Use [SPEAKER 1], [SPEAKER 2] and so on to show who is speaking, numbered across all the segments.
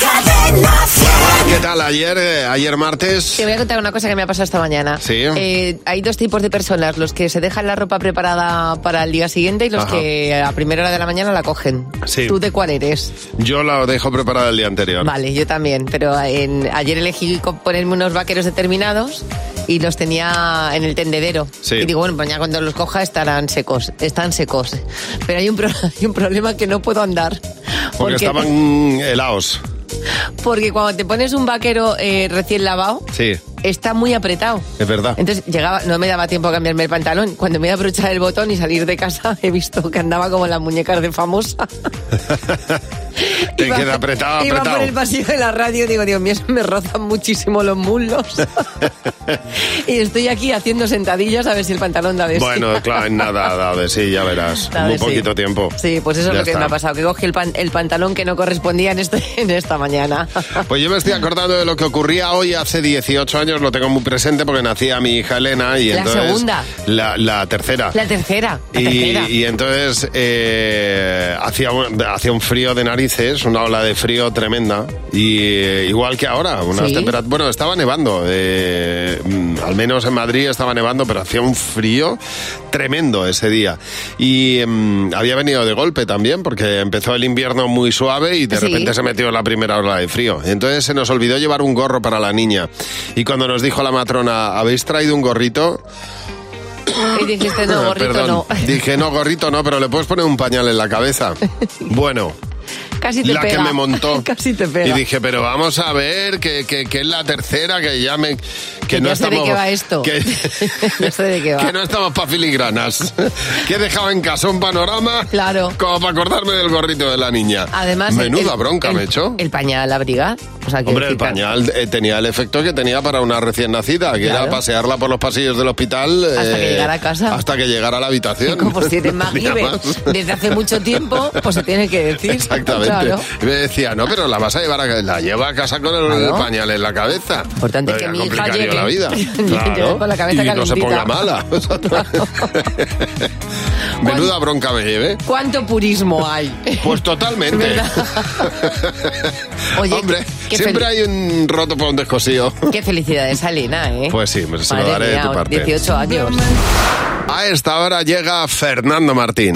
[SPEAKER 1] Cadena 100.
[SPEAKER 2] ¿Qué tal ayer? eh, ayer martes.
[SPEAKER 3] Te voy a contar una cosa que me ha pasado esta mañana.
[SPEAKER 2] Sí.
[SPEAKER 3] Eh, hay dos tipos de personas, los que se dejan la ropa preparada para el día siguiente y los
[SPEAKER 2] Ajá.
[SPEAKER 3] que a primera hora de la mañana la cogen.
[SPEAKER 2] Sí.
[SPEAKER 3] ¿Tú de cuál eres?
[SPEAKER 2] Yo la dejo preparada el día anterior.
[SPEAKER 3] Vale, yo también, pero en- ayer elegí co- ponerme unos vaqueros determinados y los tenía en el tendedero.
[SPEAKER 2] Sí.
[SPEAKER 3] Y digo, bueno, pues ya cuando los coja estarán secos, están secos. Pero hay un, pro- hay un problema que no puedo andar.
[SPEAKER 2] Porque estaban helados.
[SPEAKER 3] porque cuando te pones un vaquero eh, recién lavado,
[SPEAKER 2] Sí,
[SPEAKER 3] está muy apretado.
[SPEAKER 2] es verdad.
[SPEAKER 3] Entonces llegaba, no me daba tiempo a cambiarme el pantalón. Cuando me iba a abrochar el botón y salir de casa, he visto que andaba como las muñecas de famosa.
[SPEAKER 2] Te
[SPEAKER 3] Iba-
[SPEAKER 2] queda apretado,
[SPEAKER 3] Iba
[SPEAKER 2] Ah, apretado.
[SPEAKER 3] por el pasillo de la radio y digo, Dios mío, se me rozan muchísimo los muslos. y estoy aquí haciendo sentadillas a ver si el pantalón da de sí.
[SPEAKER 2] Bueno, claro, en nada, da de sí, ya verás.
[SPEAKER 3] Da de
[SPEAKER 2] Muy
[SPEAKER 3] sí.
[SPEAKER 2] poquito tiempo.
[SPEAKER 3] Sí, pues eso es
[SPEAKER 2] Ya
[SPEAKER 3] lo que
[SPEAKER 2] está.
[SPEAKER 3] me ha pasado, que cogí el, pan- el pantalón que no correspondía en, este, en esta mañana.
[SPEAKER 2] Pues yo me estoy acordando de lo que ocurría hoy hace 18 años, lo tengo muy presente porque nacía mi hija Elena y
[SPEAKER 3] La
[SPEAKER 2] entonces...
[SPEAKER 3] segunda.
[SPEAKER 2] La, la tercera.
[SPEAKER 3] la tercera, la
[SPEAKER 2] Y,
[SPEAKER 3] tercera.
[SPEAKER 2] y entonces eh, hacía, un- hacía un frío de narices, una ola de frío tremenda. Y eh, igual que ahora, unas
[SPEAKER 3] Sí.
[SPEAKER 2] temperaturas. Bueno, estaba nevando. eh, mm, al menos en Madrid estaba nevando, pero hacía un frío tremendo ese día. Y mm, había venido de golpe también, porque empezó el invierno muy suave y de
[SPEAKER 3] Sí.
[SPEAKER 2] repente se metió la primera ola de frío. Entonces se nos olvidó llevar un gorro para la niña. Y cuando nos dijo la matrona, ¿habéis traído un gorrito?
[SPEAKER 3] Y dijiste, no,
[SPEAKER 2] Ah,
[SPEAKER 3] gorrito
[SPEAKER 2] perdón.
[SPEAKER 3] no.
[SPEAKER 2] Dije, no, gorrito no, pero le puedes poner un pañal en la cabeza. Bueno,
[SPEAKER 3] Casi te
[SPEAKER 2] la
[SPEAKER 3] pega.
[SPEAKER 2] que me montó.
[SPEAKER 3] Casi te pega.
[SPEAKER 2] Y dije, pero ah, vamos a ver, que, que- que es la tercera, que ya me... Que,
[SPEAKER 3] Que
[SPEAKER 2] no
[SPEAKER 3] ya sé de
[SPEAKER 2] estamos...
[SPEAKER 3] qué va esto.
[SPEAKER 2] Que,
[SPEAKER 3] Ya sé de qué va.
[SPEAKER 2] Que no estamos para filigranas. que he dejado en casa un panorama...
[SPEAKER 3] Claro.
[SPEAKER 2] Como para acordarme del gorrito de la niña.
[SPEAKER 3] Además, el-
[SPEAKER 2] Menuda
[SPEAKER 3] el-
[SPEAKER 2] bronca
[SPEAKER 3] el-
[SPEAKER 2] me echó.
[SPEAKER 3] El pañal abriga. O sea, que
[SPEAKER 2] Hombre, el
[SPEAKER 3] quita-
[SPEAKER 2] pañal eh, tenía el efecto que tenía para una recién nacida, que
[SPEAKER 3] Claro.
[SPEAKER 2] era pasearla por los pasillos del hospital. eh,
[SPEAKER 3] Hasta que llegara a casa.
[SPEAKER 2] Hasta que llegara a la habitación.
[SPEAKER 3] Como si eres
[SPEAKER 2] No tenía
[SPEAKER 3] MacGyver.
[SPEAKER 2] más.
[SPEAKER 3] Desde hace mucho tiempo, pues se tiene que decir.
[SPEAKER 2] Exactamente.
[SPEAKER 3] Claro.
[SPEAKER 2] Y me decía, no, pero la vas a llevar a casa. La lleva a casa con el,
[SPEAKER 3] Claro.
[SPEAKER 2] pañal en la cabeza.
[SPEAKER 3] Importante
[SPEAKER 2] Me
[SPEAKER 3] que
[SPEAKER 2] había
[SPEAKER 3] mi hija
[SPEAKER 2] complicado
[SPEAKER 3] llegue.
[SPEAKER 2] la vida.
[SPEAKER 3] Llegue
[SPEAKER 2] Claro.
[SPEAKER 3] con la cabeza
[SPEAKER 2] y no se
[SPEAKER 3] calentita.
[SPEAKER 2] ponga mala. Menuda bronca me lleve.
[SPEAKER 3] ¿Cuánto purismo hay?
[SPEAKER 2] Pues totalmente.
[SPEAKER 3] ¿Verdad? Oye,
[SPEAKER 2] Hombre,
[SPEAKER 3] qué
[SPEAKER 2] siempre
[SPEAKER 3] fel-
[SPEAKER 2] hay un roto por un descosido.
[SPEAKER 3] Qué felicidades, Alina, ¿eh?
[SPEAKER 2] Pues sí, pues se lo
[SPEAKER 3] Madre
[SPEAKER 2] daré de
[SPEAKER 3] mía,
[SPEAKER 2] tu parte.
[SPEAKER 3] 18 años.
[SPEAKER 2] A esta hora llega Fernando Martín.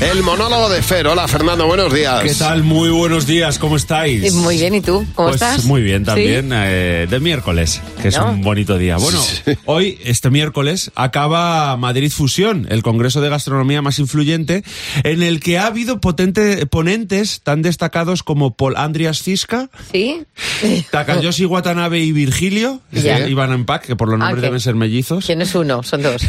[SPEAKER 2] El monólogo de Fer. Hola, Fernando, buenos días.
[SPEAKER 4] ¿Qué tal? Muy buenos días, ¿cómo
[SPEAKER 3] Y
[SPEAKER 4] estáis?
[SPEAKER 3] Muy bien, ¿y tú? ¿Cómo
[SPEAKER 4] Pues
[SPEAKER 3] estás?
[SPEAKER 4] Muy bien también,
[SPEAKER 3] ¿Sí?
[SPEAKER 4] eh, de miércoles, que es
[SPEAKER 3] ¿No?
[SPEAKER 4] un bonito día. Bueno, hoy, este miércoles, acaba Madrid Fusión, el congreso de gastronomía más influyente, en el que ha habido potente, ponentes tan destacados como Paul Andreas Fisca,
[SPEAKER 3] ¿Sí?
[SPEAKER 4] Takayoshi Watanabe y Virgilio,
[SPEAKER 3] Ya.
[SPEAKER 4] Iván Ampak, que por los nombres
[SPEAKER 3] Ah, que-
[SPEAKER 4] deben ser mellizos,
[SPEAKER 3] ¿Quién es uno? Son dos.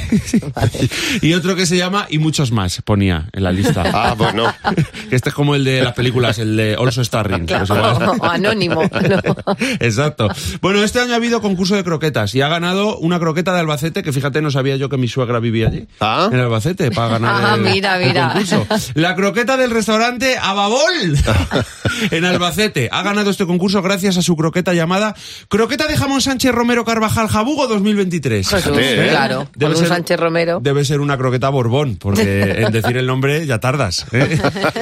[SPEAKER 3] Vale.
[SPEAKER 4] y otro que se llama Y muchos más, ponía en la lista.
[SPEAKER 2] Ah, pues no.
[SPEAKER 4] Que este es como el de las películas, el de Also Starring.
[SPEAKER 3] Claro,
[SPEAKER 4] pues igual.
[SPEAKER 3] o anónimo, ¿no?
[SPEAKER 4] Exacto. Bueno, este año ha habido concurso de croquetas y ha ganado una croqueta de Albacete, que fíjate, no sabía yo que mi suegra vivía allí.
[SPEAKER 2] Ah.
[SPEAKER 4] En Albacete, para ganar
[SPEAKER 3] Ah,
[SPEAKER 4] el,
[SPEAKER 3] mira,
[SPEAKER 4] el
[SPEAKER 3] mira.
[SPEAKER 4] concurso. La croqueta del restaurante Ababol en Albacete. Ha ganado este concurso gracias a su croqueta llamada Croqueta de Jamón Sánchez Romero Carvajal Jabugo 2023.
[SPEAKER 3] Jesús,
[SPEAKER 2] Fíjate, ¿eh?
[SPEAKER 3] Pues claro.
[SPEAKER 4] Debe
[SPEAKER 3] con un
[SPEAKER 4] ser-
[SPEAKER 3] Sánchez Romero.
[SPEAKER 4] Debe ser una croqueta Borbón, porque en decir el nombre ya tardas. ¿eh?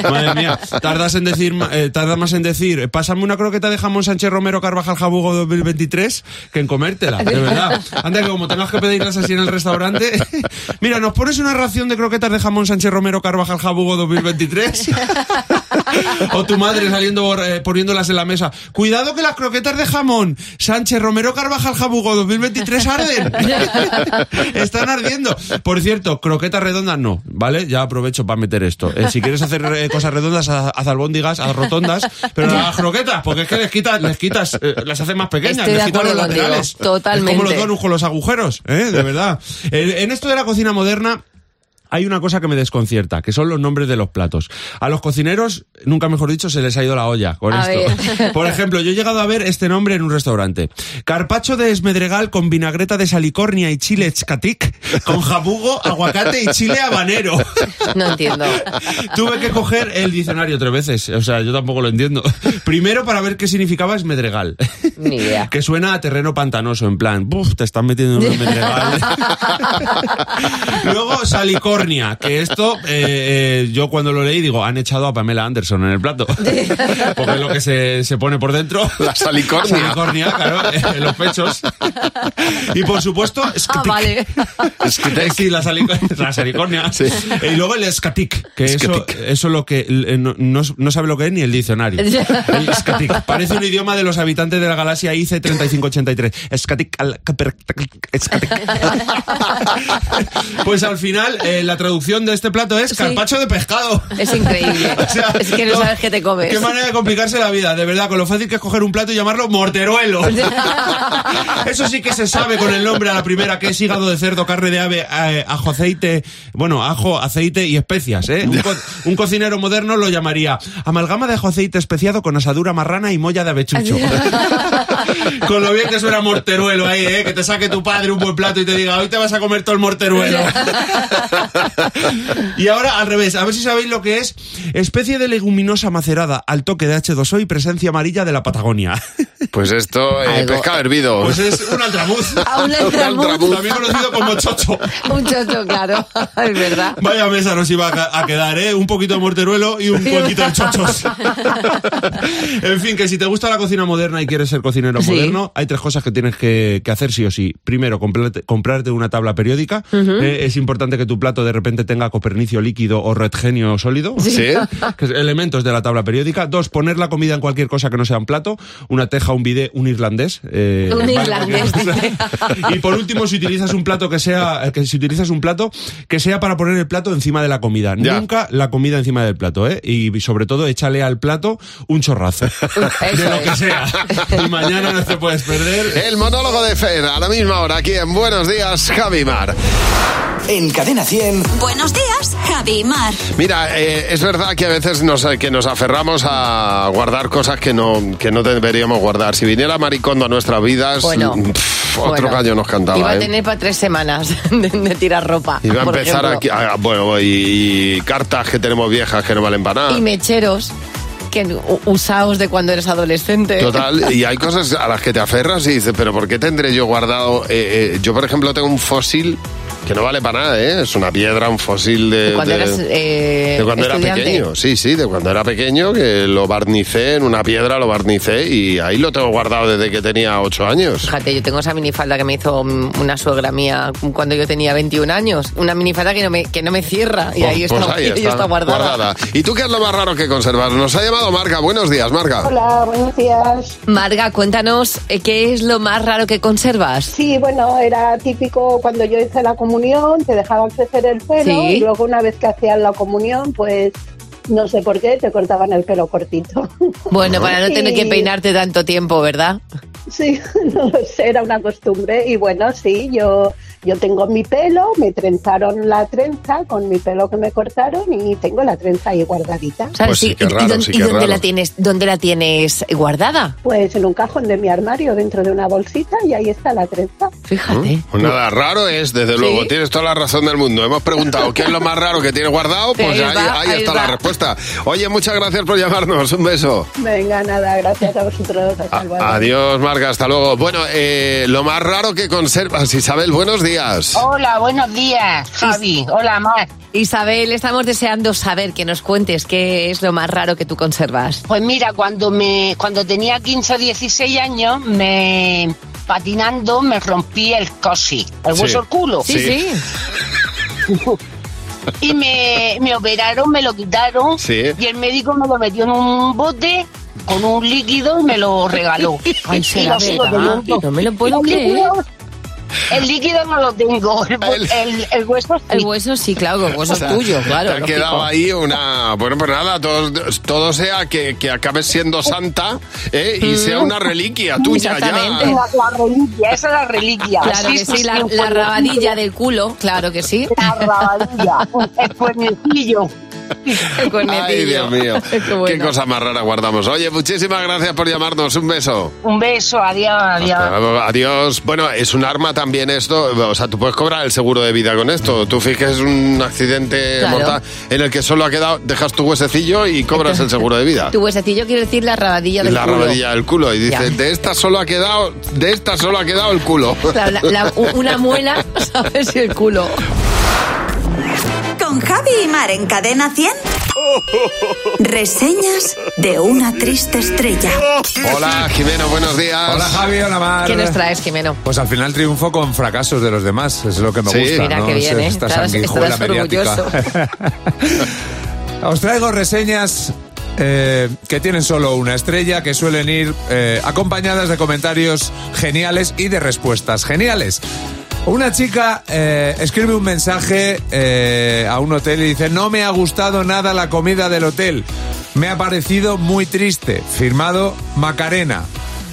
[SPEAKER 4] Madre mía, tardas en decir, ma- eh, tardas más en decir, eh, pásame una croqueta de jamón Sánchez Romero Carvajal Jabugo 2023 que en comértela, de verdad. Anda que como tengas que pedirlas así en el restaurante, mira, nos pones una ración de croquetas de jamón Sánchez Romero Carvajal Jabugo 2023. O tu madre saliendo bor- eh, poniéndolas en la mesa. Cuidado que las croquetas de jamón Sánchez Romero Carvajal Jabugo 2023 arden. Están ardiendo. Por cierto, croquetas redondas no, ¿vale? Ya aprovecho para meter esto. Eh, si quieres hacer eh, cosas redondas, haz haz albóndigas, haz rotondas, pero no hagas croquetas, porque es que les quitas, les quitas, eh, las haces más pequeñas,
[SPEAKER 3] Estoy
[SPEAKER 4] les
[SPEAKER 3] de
[SPEAKER 4] quitas los
[SPEAKER 3] acuerdo contigo,
[SPEAKER 4] laterales.
[SPEAKER 3] totalmente.
[SPEAKER 4] Es como los donuts con los agujeros, ¿eh? De verdad. En- en esto de la cocina moderna, hay una cosa que me desconcierta, que son los nombres de los platos. A los cocineros, nunca mejor dicho, se les ha ido la olla con
[SPEAKER 3] A
[SPEAKER 4] esto.
[SPEAKER 3] ver.
[SPEAKER 4] Por ejemplo, yo he llegado a ver este nombre en un restaurante. Carpacho de esmedregal con vinagreta de salicornia y chile escatic, con jabugo, aguacate y chile habanero.
[SPEAKER 3] No entiendo.
[SPEAKER 4] Tuve que coger el diccionario tres veces, o sea, yo tampoco lo entiendo. Primero para ver qué significaba esmedregal.
[SPEAKER 3] Ni idea.
[SPEAKER 4] Que suena a terreno pantanoso, en plan, "Buf, te están metiendo en un medregal". Luego, salicornia, que esto, eh, eh, yo cuando lo leí digo, han echado a Pamela Anderson en el plato. Porque es lo que se, se pone por dentro.
[SPEAKER 2] La salicornia.
[SPEAKER 4] Salicornia, claro, eh, en los pechos. Y por supuesto,
[SPEAKER 3] Ah,
[SPEAKER 4] escatic.
[SPEAKER 3] vale.
[SPEAKER 4] Eh, Sí, la, salico- la salicornia.
[SPEAKER 2] Sí.
[SPEAKER 4] Eh, Y luego el escatic, que eso,
[SPEAKER 2] Escatic.
[SPEAKER 4] eso lo que eh, no, no- no sabe lo que es ni el diccionario. El escatic. Parece un idioma de los habitantes de la galaxia IC3583. Escatic. al- caper- escatic. Pues al final, eh, la traducción de este plato es
[SPEAKER 3] Sí.
[SPEAKER 4] carpacho de pescado.
[SPEAKER 3] Es increíble.
[SPEAKER 4] O sea,
[SPEAKER 3] es que no, sabes qué te comes.
[SPEAKER 4] Qué manera de complicarse la vida, de verdad, con lo fácil que es coger un plato y llamarlo morteruelo. Eso sí que se sabe con el nombre a la primera, que es hígado de cerdo, carne de ave, eh, ajo, aceite, bueno, ajo, aceite y especias, ¿eh? Un, co- un cocinero moderno lo llamaría amalgama de ajo, aceite especiado con asadura marrana y molla de avechucho. con lo bien que suena morteruelo ahí, ¿eh? Que te saque tu padre un buen plato y te diga, hoy te vas a comer todo el morteruelo. Y ahora al revés, a ver si sabéis lo que es especie de leguminosa macerada al toque de H2O y presencia amarilla de la Patagonia.
[SPEAKER 2] Pues esto, eh,
[SPEAKER 3] Algo.
[SPEAKER 2] pescado hervido.
[SPEAKER 4] Pues es un altramuz.
[SPEAKER 3] A un
[SPEAKER 2] Aldrabuz.
[SPEAKER 3] entramuz.
[SPEAKER 4] También conocido como chocho.
[SPEAKER 3] Un chocho, claro. Es verdad.
[SPEAKER 4] Vaya mesa nos iba a ca- a quedar, ¿eh? Un poquito de morteruelo y un poquito de chochos.
[SPEAKER 2] Pues
[SPEAKER 4] en fin, que si te gusta la cocina moderna y quieres ser cocinero
[SPEAKER 3] Sí.
[SPEAKER 4] moderno, hay tres cosas que tienes que, que hacer sí o sí. Primero, comprarte, comprarte una tabla periódica. Eh, es importante que tu plato de repente tenga copernicio líquido o redgenio sólido.
[SPEAKER 2] Sí.
[SPEAKER 4] que es elementos de la tabla periódica. Dos, poner la comida en cualquier cosa que no sea un plato. Una teja, un bidé, un irlandés. eh,
[SPEAKER 3] Un
[SPEAKER 4] vale,
[SPEAKER 3] irlandés,
[SPEAKER 4] porque- y por último, si utilizas un plato que sea, eh, que si utilizas un plato, que sea para poner el plato encima de la comida.
[SPEAKER 2] Ya.
[SPEAKER 4] Nunca la comida encima del plato, ¿eh? Y sobre todo, échale al plato un chorrazo. de lo que
[SPEAKER 3] es.
[SPEAKER 4] sea. Y mañana no te puedes perder.
[SPEAKER 2] El monólogo de Fer, a la misma hora, aquí en Buenos Días, Javi Mar.
[SPEAKER 5] En Cadena 100.
[SPEAKER 1] Buenos días, Javi y Mar.
[SPEAKER 2] Mira, eh, es verdad que a veces nos, que nos aferramos a guardar cosas que no, que no deberíamos guardar. Si viniera Maricondo a nuestras vidas,
[SPEAKER 3] Bueno,
[SPEAKER 2] mm, pff, otro
[SPEAKER 3] bueno.
[SPEAKER 2] gallo nos cantaba.
[SPEAKER 3] Iba a
[SPEAKER 2] ¿eh?
[SPEAKER 3] tener para tres semanas de, de tirar ropa.
[SPEAKER 2] Iba a
[SPEAKER 3] por
[SPEAKER 2] empezar
[SPEAKER 3] ejemplo.
[SPEAKER 2] aquí. ah, bueno, y, y cartas que tenemos viejas que no valen para nada.
[SPEAKER 3] Y mecheros que u- usaos de cuando eres adolescente.
[SPEAKER 2] Total, y hay cosas a las que te aferras y dices, pero ¿por qué tendré yo guardado? eh, eh, yo, por ejemplo, tengo un fósil que no vale para nada, ¿eh? Es una piedra, un fósil de...
[SPEAKER 3] De cuando
[SPEAKER 2] de-
[SPEAKER 3] eras, eh,
[SPEAKER 2] de cuando era
[SPEAKER 3] estudiante.
[SPEAKER 2] pequeño, sí, sí, de cuando era pequeño, que lo barnicé en una piedra, lo barnicé y ahí lo tengo guardado desde que tenía ocho años.
[SPEAKER 3] Fíjate, yo tengo esa minifalda que me hizo mm, una suegra mía cuando yo tenía 21 años. Una minifalda que no me, que no me cierra. Y ahí,
[SPEAKER 2] Pues- pues
[SPEAKER 3] está, y está guardada.
[SPEAKER 2] ¿Y tú qué es lo más raro que conservas? Nos ha llamado Marga. Buenos días, Marga.
[SPEAKER 6] Hola, buenos días.
[SPEAKER 3] Marga, cuéntanos eh, qué es lo más raro que conservas.
[SPEAKER 6] Sí, bueno, era típico cuando yo hice la comunión, te dejaban crecer el pelo
[SPEAKER 3] Sí.
[SPEAKER 6] y luego una vez que hacían la comunión, pues no sé por qué, te cortaban el pelo cortito.
[SPEAKER 3] Bueno, para no tener que
[SPEAKER 6] Sí.
[SPEAKER 3] peinarte tanto tiempo, ¿verdad?
[SPEAKER 6] sí, no lo sé, era una costumbre y bueno, sí, yo, yo tengo mi pelo, me trenzaron la trenza con mi pelo que me cortaron y tengo la trenza ahí guardadita.
[SPEAKER 3] O sea,
[SPEAKER 2] Pues sí que
[SPEAKER 3] ¿y-
[SPEAKER 2] raro,
[SPEAKER 3] ¿Y, dónde-
[SPEAKER 2] sí
[SPEAKER 3] y
[SPEAKER 2] que
[SPEAKER 3] dónde,
[SPEAKER 2] raro.
[SPEAKER 3] la tienes, dónde la tienes guardada?
[SPEAKER 6] Pues en un cajón de mi armario, dentro de una bolsita y ahí está la trenza.
[SPEAKER 3] Fíjate.
[SPEAKER 2] Pues nada, raro es, desde luego, tienes toda la razón del mundo. Hemos preguntado qué es lo más raro que tienes guardado, pues
[SPEAKER 3] Ahí
[SPEAKER 2] ahí,
[SPEAKER 3] va,
[SPEAKER 2] ahí
[SPEAKER 3] ahí
[SPEAKER 2] está
[SPEAKER 3] va.
[SPEAKER 2] la respuesta. Oye, muchas gracias por llamarnos, un beso.
[SPEAKER 6] Venga, nada, gracias a vosotros. Hasta
[SPEAKER 2] A-
[SPEAKER 6] luego.
[SPEAKER 2] adiós, Marga, hasta luego. Bueno, eh, lo más raro que conservas, Isabel, buenos días.
[SPEAKER 3] Oh,
[SPEAKER 7] Hola, buenos días, Javi. Hola, Mar.
[SPEAKER 3] Isabel, estamos deseando saber que nos cuentes qué es lo más raro que tú conservas.
[SPEAKER 7] Pues mira, cuando me cuando tenía 15 o 16 años, me patinando me rompí el cosi, el
[SPEAKER 2] Sí.
[SPEAKER 7] hueso del culo.
[SPEAKER 2] Sí.
[SPEAKER 3] sí.
[SPEAKER 7] Y me, me operaron, me lo quitaron.
[SPEAKER 2] Sí.
[SPEAKER 7] Y el médico me lo metió en un bote con un líquido y me lo regaló.
[SPEAKER 3] Ay,
[SPEAKER 7] Y
[SPEAKER 3] será
[SPEAKER 7] lo sigo
[SPEAKER 3] verdad,
[SPEAKER 7] teniendo.
[SPEAKER 3] no me lo puedo
[SPEAKER 7] El
[SPEAKER 3] creer.
[SPEAKER 7] líquido- el líquido no lo tengo, el, bo-
[SPEAKER 2] El-
[SPEAKER 7] el- el hueso sí.
[SPEAKER 3] El hueso sí, claro, el hueso
[SPEAKER 2] O sea,
[SPEAKER 3] es tuyo, claro.
[SPEAKER 2] Te ha
[SPEAKER 3] lógico.
[SPEAKER 2] quedado ahí una. Bueno, pues nada, todo, todo sea que, que acabes siendo santa ¿eh? y sea una reliquia tuya
[SPEAKER 3] Mm. Exactamente.
[SPEAKER 2] ya.
[SPEAKER 7] La, la reliquia, esa es la reliquia.
[SPEAKER 3] Claro que sí, la, la
[SPEAKER 7] pues,
[SPEAKER 3] rabadilla del culo, claro que sí.
[SPEAKER 7] La rabadilla, el cuernecillo.
[SPEAKER 3] El cornetillo.
[SPEAKER 2] Ay, Dios mío.
[SPEAKER 3] Qué bueno.
[SPEAKER 2] Qué cosa más rara guardamos. Oye, muchísimas gracias por llamarnos. Un beso.
[SPEAKER 7] Un beso, adiós, adiós.
[SPEAKER 2] Hasta- Adiós. Bueno, es un arma también esto. O sea, tú puedes cobrar el seguro de vida con esto. Tú fijes un accidente
[SPEAKER 3] Claro.
[SPEAKER 2] mortal en el que solo ha quedado, dejas tu huesecillo y cobras el seguro de vida.
[SPEAKER 3] Tu huesecillo quiere decir la rabadilla del
[SPEAKER 2] la
[SPEAKER 3] culo.
[SPEAKER 2] rodilla del culo. Y dice,
[SPEAKER 3] Ya.
[SPEAKER 2] de esta solo ha quedado, de esta solo ha quedado el culo.
[SPEAKER 3] Claro, la- la- u- una muela, ¿sabes? Y el culo.
[SPEAKER 1] Con Javi y Mar en Cadena 100. Reseñas de una triste estrella.
[SPEAKER 2] Hola, Jimeno, buenos días.
[SPEAKER 8] Hola Javi, hola Mar.
[SPEAKER 3] ¿Qué nos traes, Jimeno?
[SPEAKER 8] Pues al final triunfo con fracasos de los demás, es lo que me
[SPEAKER 2] Sí.
[SPEAKER 8] gusta.
[SPEAKER 3] Mira
[SPEAKER 8] ¿no?
[SPEAKER 3] qué
[SPEAKER 8] Es
[SPEAKER 3] bien, ¿eh?
[SPEAKER 8] Esta
[SPEAKER 3] Estarás-
[SPEAKER 8] sanguijuela
[SPEAKER 3] estarás
[SPEAKER 8] mediática. Os traigo reseñas eh, que tienen solo una estrella, que suelen ir eh, acompañadas de comentarios geniales y de respuestas geniales. Una chica eh, escribe un mensaje eh, a un hotel y dice, no me ha gustado nada la comida del hotel. Me ha parecido muy triste. Firmado Macarena.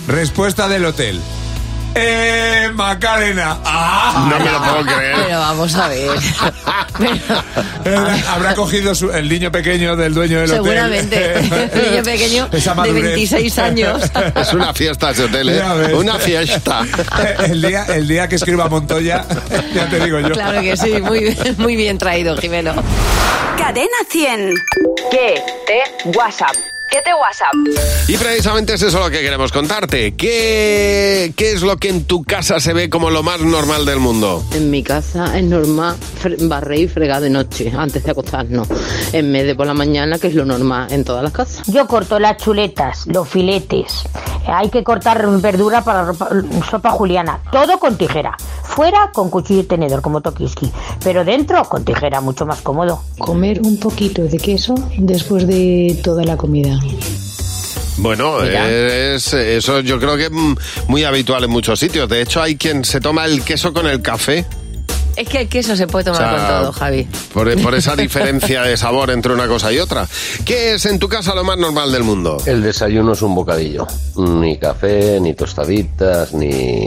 [SPEAKER 8] Respuesta del hotel. Eh, Macarena. ¡Ah!
[SPEAKER 2] No me lo puedo creer.
[SPEAKER 3] Pero vamos a ver.
[SPEAKER 8] Eh, Habrá cogido su- el niño pequeño del dueño del
[SPEAKER 3] Seguramente.
[SPEAKER 8] hotel.
[SPEAKER 3] El niño pequeño
[SPEAKER 8] Esa
[SPEAKER 3] de
[SPEAKER 8] madurez.
[SPEAKER 3] 26 años.
[SPEAKER 2] Es una fiesta ese hotel, ¿eh?
[SPEAKER 8] Ya ves.
[SPEAKER 2] Una fiesta.
[SPEAKER 8] El día, el día que escriba Montoya, ya te digo yo.
[SPEAKER 3] Claro que sí, muy bien, muy bien traído, Jimeno.
[SPEAKER 1] Cadena 100.
[SPEAKER 9] ¿Qué te WhatsApp? ¿Qué te WhatsApp?
[SPEAKER 2] Y precisamente es eso lo que queremos contarte. ¿Qué, ¿Qué es lo que en tu casa se ve como lo más normal del mundo?
[SPEAKER 10] En mi casa es normal fre- barrer y fregar de noche antes de acostarnos, en vez de por la mañana, que es lo normal en todas las casas.
[SPEAKER 11] Yo corto las chuletas, los filetes. Hay que cortar verdura para ropa- sopa juliana. Todo con tijera. Fuera con cuchillo y tenedor, como Tokiski. Pero dentro con tijera, mucho más cómodo.
[SPEAKER 9] Comer un poquito de queso después de toda la comida.
[SPEAKER 2] Bueno, es, eso yo creo que es mm, muy habitual en muchos sitios. De hecho, hay quien se toma el queso con el café.
[SPEAKER 3] Es que el queso se puede
[SPEAKER 2] O sea,
[SPEAKER 3] tomar con todo, Javi.
[SPEAKER 2] Por, por esa diferencia de sabor entre una cosa y otra. ¿Qué es en tu casa lo más normal del mundo?
[SPEAKER 12] El desayuno es un bocadillo. Ni café, ni tostaditas, ni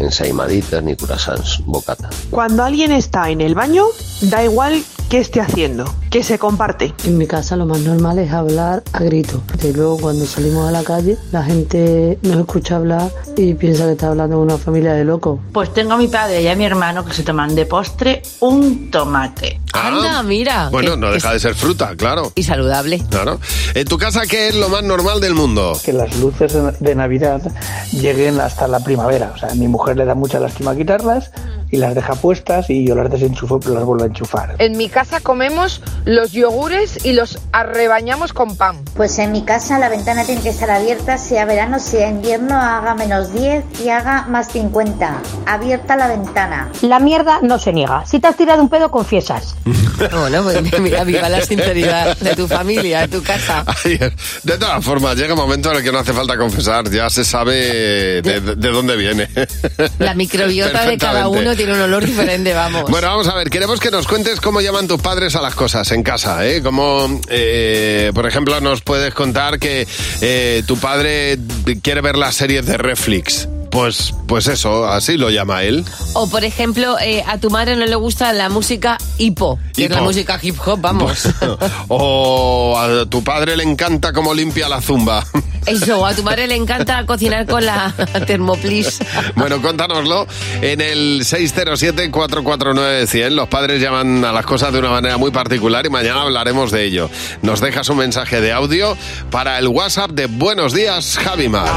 [SPEAKER 12] ensaimaditas, ni curasans, bocata.
[SPEAKER 9] Cuando alguien está en el baño, da igual qué esté haciendo, que se comparte.
[SPEAKER 10] En mi casa lo más normal es hablar a grito. Y luego cuando salimos a la calle, la gente nos escucha hablar y piensa que está hablando una familia de locos.
[SPEAKER 11] Pues tengo a mi padre y a mi hermano que se toman de postre un tomate.
[SPEAKER 3] Anda, mira,
[SPEAKER 2] Ah, Bueno,
[SPEAKER 3] que-
[SPEAKER 2] no
[SPEAKER 3] que
[SPEAKER 2] deja
[SPEAKER 3] es-
[SPEAKER 2] de ser fruta, claro.
[SPEAKER 3] Y saludable.
[SPEAKER 2] Claro. ¿En tu casa qué es lo más normal del mundo?
[SPEAKER 12] Que las luces de- de Navidad lleguen hasta la primavera. O sea, a mi mujer le da mucha lástima quitarlas y las deja puestas y yo las desenchufo pero las vuelvo a enchufar.
[SPEAKER 9] En mi casa comemos los yogures y los arrebañamos con pan.
[SPEAKER 11] Pues en mi casa la ventana tiene que estar abierta, sea verano, sea invierno, haga menos 10 y haga más 50. Abierta la ventana.
[SPEAKER 9] La mierda no se niega. Si te has tirado un pedo, confiesas.
[SPEAKER 3] Bueno, pues mira, viva la sinceridad de tu familia, de tu casa.
[SPEAKER 2] Ay, De todas formas, llega un momento en el que no hace falta confesar, ya se sabe de, de dónde viene.
[SPEAKER 3] La microbiota de cada
[SPEAKER 2] Perfectamente.
[SPEAKER 3] uno tiene un olor diferente, vamos.
[SPEAKER 2] Bueno, vamos a ver, queremos que nos cuentes cómo llaman tus padres a las cosas en casa, ¿eh? Como, eh, por ejemplo, nos puedes contar que eh, tu padre quiere ver las series de Netflix. Pues, pues eso, así lo llama él.
[SPEAKER 3] O por ejemplo, eh, a tu madre no le gusta la música hipo, Pues. que es la
[SPEAKER 2] Hipo.
[SPEAKER 3] música hip hop, vamos.
[SPEAKER 2] o a tu padre le encanta cómo limpia la zumba.
[SPEAKER 3] Eso, a tu madre le encanta cocinar con la termoplis.
[SPEAKER 2] Bueno, cuéntanoslo en el 607-449-100. Los padres llaman a las cosas de una manera muy particular y mañana hablaremos de ello. Nos dejas un mensaje de audio para el WhatsApp de Buenos Días, Javimar.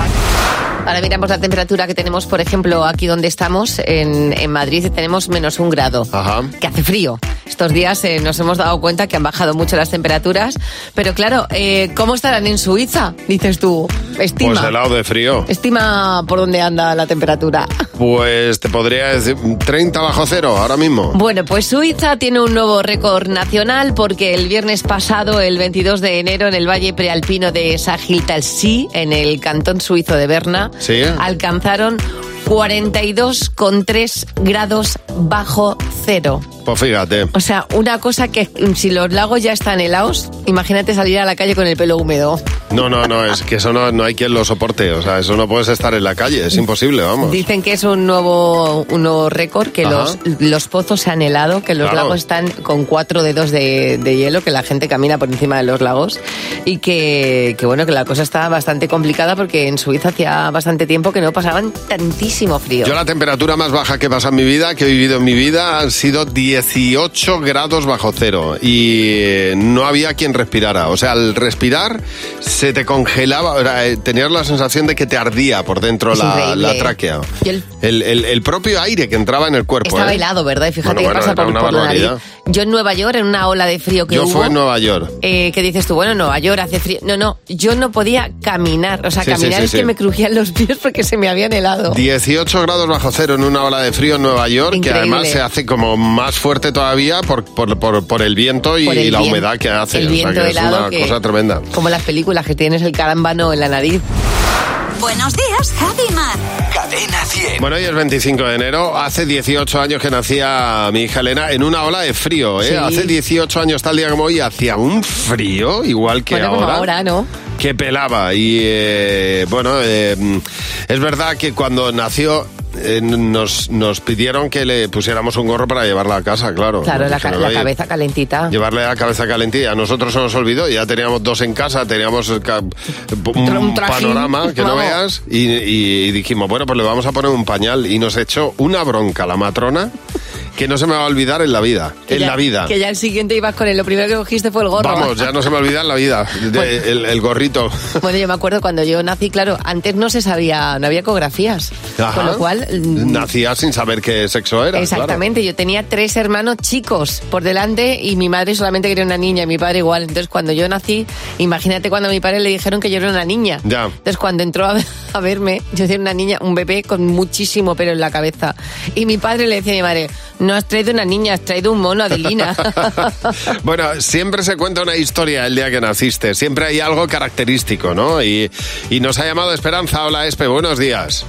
[SPEAKER 3] Ahora miramos la temperatura que tenemos, por ejemplo, aquí donde estamos, en, en Madrid, tenemos menos un grado.
[SPEAKER 2] Ajá.
[SPEAKER 3] Que hace frío. Estos días eh, nos hemos dado cuenta que han bajado mucho las temperaturas. Pero claro, eh, ¿cómo estarán en Suiza? Dices tú. Estima.
[SPEAKER 2] Pues helado de frío.
[SPEAKER 3] Estima por dónde anda la temperatura.
[SPEAKER 2] Pues te podría decir 30 bajo cero ahora mismo.
[SPEAKER 3] Bueno, pues Suiza tiene un nuevo récord nacional porque el viernes pasado, el 22 de enero, en el valle prealpino de Sagiltalsí, en el cantón suizo de Berna,
[SPEAKER 2] Sí.
[SPEAKER 3] alcanzaron 42,3 grados bajo cero.
[SPEAKER 2] Pues Pues fíjate.
[SPEAKER 3] O sea, una cosa que mm, si los lagos ya están helados, imagínate salir a la calle con el pelo húmedo.
[SPEAKER 2] No, no, no, es que eso no, no hay quien lo soporte. O sea, eso no puedes estar en la calle, es imposible, vamos.
[SPEAKER 3] Dicen que es un nuevo, un nuevo récord, que
[SPEAKER 2] Ajá.
[SPEAKER 3] los, los pozos se han helado, que los
[SPEAKER 2] Claro.
[SPEAKER 3] lagos están con cuatro dedos de, de hielo, que la gente camina por encima de los lagos y que, que, bueno, que la cosa está bastante complicada porque en Suiza hacía bastante tiempo que no pasaban tantísimo frío.
[SPEAKER 2] Yo la temperatura más baja que pasa en mi vida, que he vivido en mi vida, han sido 18 grados bajo cero y eh, no había quien respirara. O sea, al respirar se te congelaba, era, eh, tenías la sensación de que te ardía por dentro
[SPEAKER 3] Es
[SPEAKER 2] la,
[SPEAKER 3] increíble. ¿eh?
[SPEAKER 2] la tráquea.
[SPEAKER 3] Y el-
[SPEAKER 2] El, el- el propio aire que entraba en el cuerpo.
[SPEAKER 3] Estaba
[SPEAKER 2] ¿eh?
[SPEAKER 3] helado, ¿verdad? Y fíjate
[SPEAKER 2] Bueno, bueno,
[SPEAKER 3] que pasa
[SPEAKER 2] era
[SPEAKER 3] por,
[SPEAKER 2] una
[SPEAKER 3] por la nariz.
[SPEAKER 2] barbaridad.
[SPEAKER 3] Yo en Nueva York, en una ola de frío que
[SPEAKER 2] Yo
[SPEAKER 3] hubo...
[SPEAKER 2] fue en Nueva York.
[SPEAKER 3] eh, que dices tú, bueno, Nueva York hace frío. No, no, yo no podía caminar. O sea,
[SPEAKER 2] Sí, sí,
[SPEAKER 3] caminar
[SPEAKER 2] sí,
[SPEAKER 3] es
[SPEAKER 2] sí.
[SPEAKER 3] que me crujían los pies porque se me habían helado.
[SPEAKER 2] 18 grados bajo cero en una ola de frío en Nueva York, que
[SPEAKER 3] Increíble.
[SPEAKER 2] además se hace como más fuerte todavía por, por, por- por el viento y
[SPEAKER 3] Por el
[SPEAKER 2] la
[SPEAKER 3] vien-
[SPEAKER 2] humedad que hace.
[SPEAKER 3] el
[SPEAKER 2] O sea,
[SPEAKER 3] viento
[SPEAKER 2] que es
[SPEAKER 3] helado
[SPEAKER 2] una
[SPEAKER 3] que-
[SPEAKER 2] cosa tremenda. Pues
[SPEAKER 3] Como las películas que tienes el carambano en la nariz.
[SPEAKER 1] Buenos días, Javi y Mar. Cadena 100.
[SPEAKER 2] Bueno, hoy es 25 de enero. Hace 18 años que nacía mi hija Elena en una ola de frío. ¿eh?
[SPEAKER 3] Sí.
[SPEAKER 2] Hace 18 años, tal día como hoy, hacía un frío igual que
[SPEAKER 3] Bueno, como
[SPEAKER 2] ahora.
[SPEAKER 3] ahora, ¿no?
[SPEAKER 2] que pelaba. Y eh, bueno, eh, es verdad que cuando nació eh, nos, nos pidieron que le pusiéramos un gorro para llevarla a casa, claro.
[SPEAKER 3] Claro,
[SPEAKER 2] Nos
[SPEAKER 3] la, ca-
[SPEAKER 2] dijeron,
[SPEAKER 3] la
[SPEAKER 2] "Oye,
[SPEAKER 3] cabeza calentita.
[SPEAKER 2] Llevarle la cabeza calentilla. A nosotros se nos olvidó, ya teníamos dos en casa, teníamos eh, ca- un,
[SPEAKER 3] Un trajín,
[SPEAKER 2] panorama que no
[SPEAKER 3] vamos.
[SPEAKER 2] veas. Y, y dijimos, bueno, pues le vamos a poner un pañal. Y nos echó una bronca la matrona que no se me va a olvidar en la vida.
[SPEAKER 3] Que
[SPEAKER 2] en
[SPEAKER 3] ya-
[SPEAKER 2] la vida.
[SPEAKER 3] Que ya el siguiente ibas con él. Lo primero que cogiste fue el gorro.
[SPEAKER 2] Vamos, ya no se me olvida en la vida. de- el, el gorrito.
[SPEAKER 3] Bueno, yo me acuerdo cuando yo nací, claro, antes no se sabía, no había ecografías.
[SPEAKER 2] Ajá.
[SPEAKER 3] Con lo cual, mm,
[SPEAKER 2] Nacía sin saber qué sexo era.
[SPEAKER 3] Exactamente, yo tenía tres hermanos chicos por delante y mi madre solamente quería una niña y mi padre igual. Entonces cuando yo nací, imagínate cuando a mi padre le dijeron que yo era una niña.
[SPEAKER 2] claro.
[SPEAKER 3] Entonces cuando entró a, a verme, yo era una niña, un bebé con muchísimo pelo en la cabeza. Y mi padre le decía a mi madre, no has traído una niña, has traído un mono, Adelina.
[SPEAKER 2] Ya. Bueno, siempre se cuenta una historia el día que naciste. Siempre hay algo característico, ¿no? Y, y nos ha llamado Esperanza. Hola, Espe, buenos días.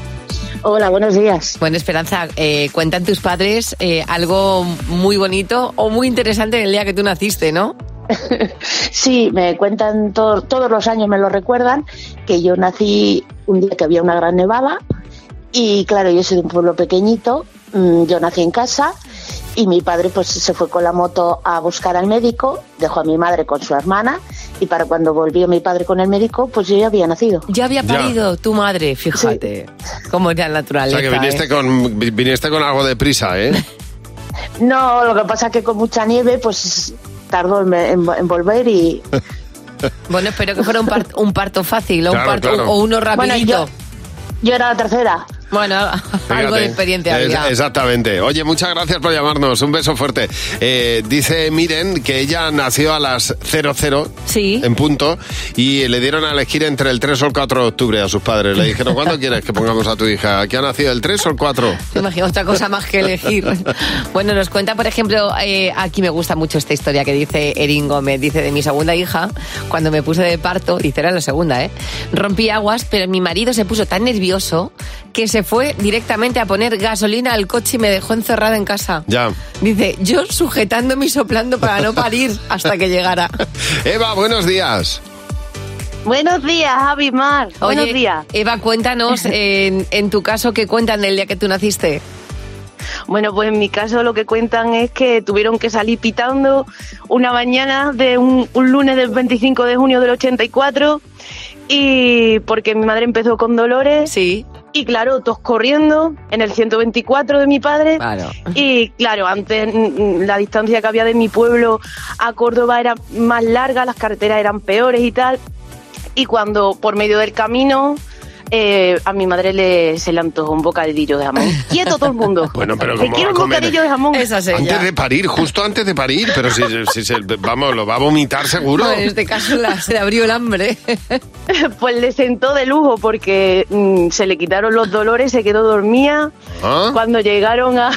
[SPEAKER 3] Hola, buenos días. Bueno, Esperanza, eh, cuentan tus padres eh, algo muy bonito o muy interesante del día que tú naciste, ¿no?
[SPEAKER 13] Sí, me cuentan to- todos los años, me lo recuerdan, que yo nací un día que había una gran nevada y claro, yo soy de un pueblo pequeñito, mm, yo nací en casa y mi padre pues se fue con la moto a buscar al médico, dejó a mi madre con su hermana y para cuando volvió mi padre con el médico pues yo ya había nacido.
[SPEAKER 3] Ya había parido tu madre, fíjate. Cómo era la
[SPEAKER 2] O
[SPEAKER 3] naturaleza.
[SPEAKER 2] sea, que viniste
[SPEAKER 3] ¿eh?
[SPEAKER 2] con, vi- viniste con algo de prisa, ¿eh?
[SPEAKER 13] No, lo que pasa es que con mucha nieve pues tardó en, en- en volver y...
[SPEAKER 3] Bueno, espero que fuera un, par- un parto fácil o, un
[SPEAKER 13] Claro,
[SPEAKER 3] parto,
[SPEAKER 13] claro.
[SPEAKER 3] o uno
[SPEAKER 13] Bueno,
[SPEAKER 3] rapidito.
[SPEAKER 13] yo- yo era la tercera.
[SPEAKER 3] Bueno, algo de
[SPEAKER 2] Fíjate.
[SPEAKER 3] experiencia
[SPEAKER 2] Es-
[SPEAKER 3] había.
[SPEAKER 2] exactamente. Oye, muchas gracias por llamarnos. Un beso fuerte. Eh, dice Miren que ella nació a las 00 en punto y le dieron a elegir entre el 3 o el 4 de octubre a sus padres. Le dijeron, ¿cuándo quieres que pongamos a tu hija? ¿Aquí ha nacido el 3 o el 4?
[SPEAKER 3] Me imagino otra cosa más que elegir. Bueno, nos cuenta, por ejemplo, eh, aquí me gusta mucho esta historia que dice Erin Gómez. Dice, de mi segunda hija, cuando me puse de parto, dice, era la segunda, ¿eh? Rompí aguas, pero mi marido se puso tan nervioso que se fue directamente a poner gasolina al coche y me dejó encerrada en casa.
[SPEAKER 2] Ya.
[SPEAKER 3] Dice, yo sujetándome y soplando para no parir hasta que llegara.
[SPEAKER 2] Eva, buenos días.
[SPEAKER 14] Buenos días, Javi Mar. Buenos
[SPEAKER 3] Oye,
[SPEAKER 14] días.
[SPEAKER 3] Eva, cuéntanos en, en tu caso qué cuentan del día que tú naciste.
[SPEAKER 14] Bueno, pues en mi caso lo que cuentan es que tuvieron que salir pitando una mañana de un, un lunes del 25 de junio del 84 y porque mi madre empezó con dolores.
[SPEAKER 3] Sí.
[SPEAKER 14] Y claro, todos corriendo en el 124 de mi padre.
[SPEAKER 3] Claro.
[SPEAKER 14] Y claro, antes mm, la distancia que había de mi pueblo a Córdoba era más larga, las carreteras eran peores y tal. Y cuando por medio del camino eh, a mi madre le, se le antojó un bocadillo de jamón. Quieto todo el mundo.
[SPEAKER 2] Bueno, pero
[SPEAKER 14] Te
[SPEAKER 2] ¿cómo
[SPEAKER 14] quiero
[SPEAKER 2] va a
[SPEAKER 14] un
[SPEAKER 2] comer?
[SPEAKER 14] bocadillo de jamón.
[SPEAKER 2] Antes de parir, justo antes de parir, pero si, si se- vamos, lo va a vomitar seguro.
[SPEAKER 3] Bueno, en este caso la- se le abrió el hambre.
[SPEAKER 14] Pues le sentó de lujo porque mm, se le quitaron los dolores, se quedó dormida.
[SPEAKER 2] ¿Ah?
[SPEAKER 14] Cuando llegaron a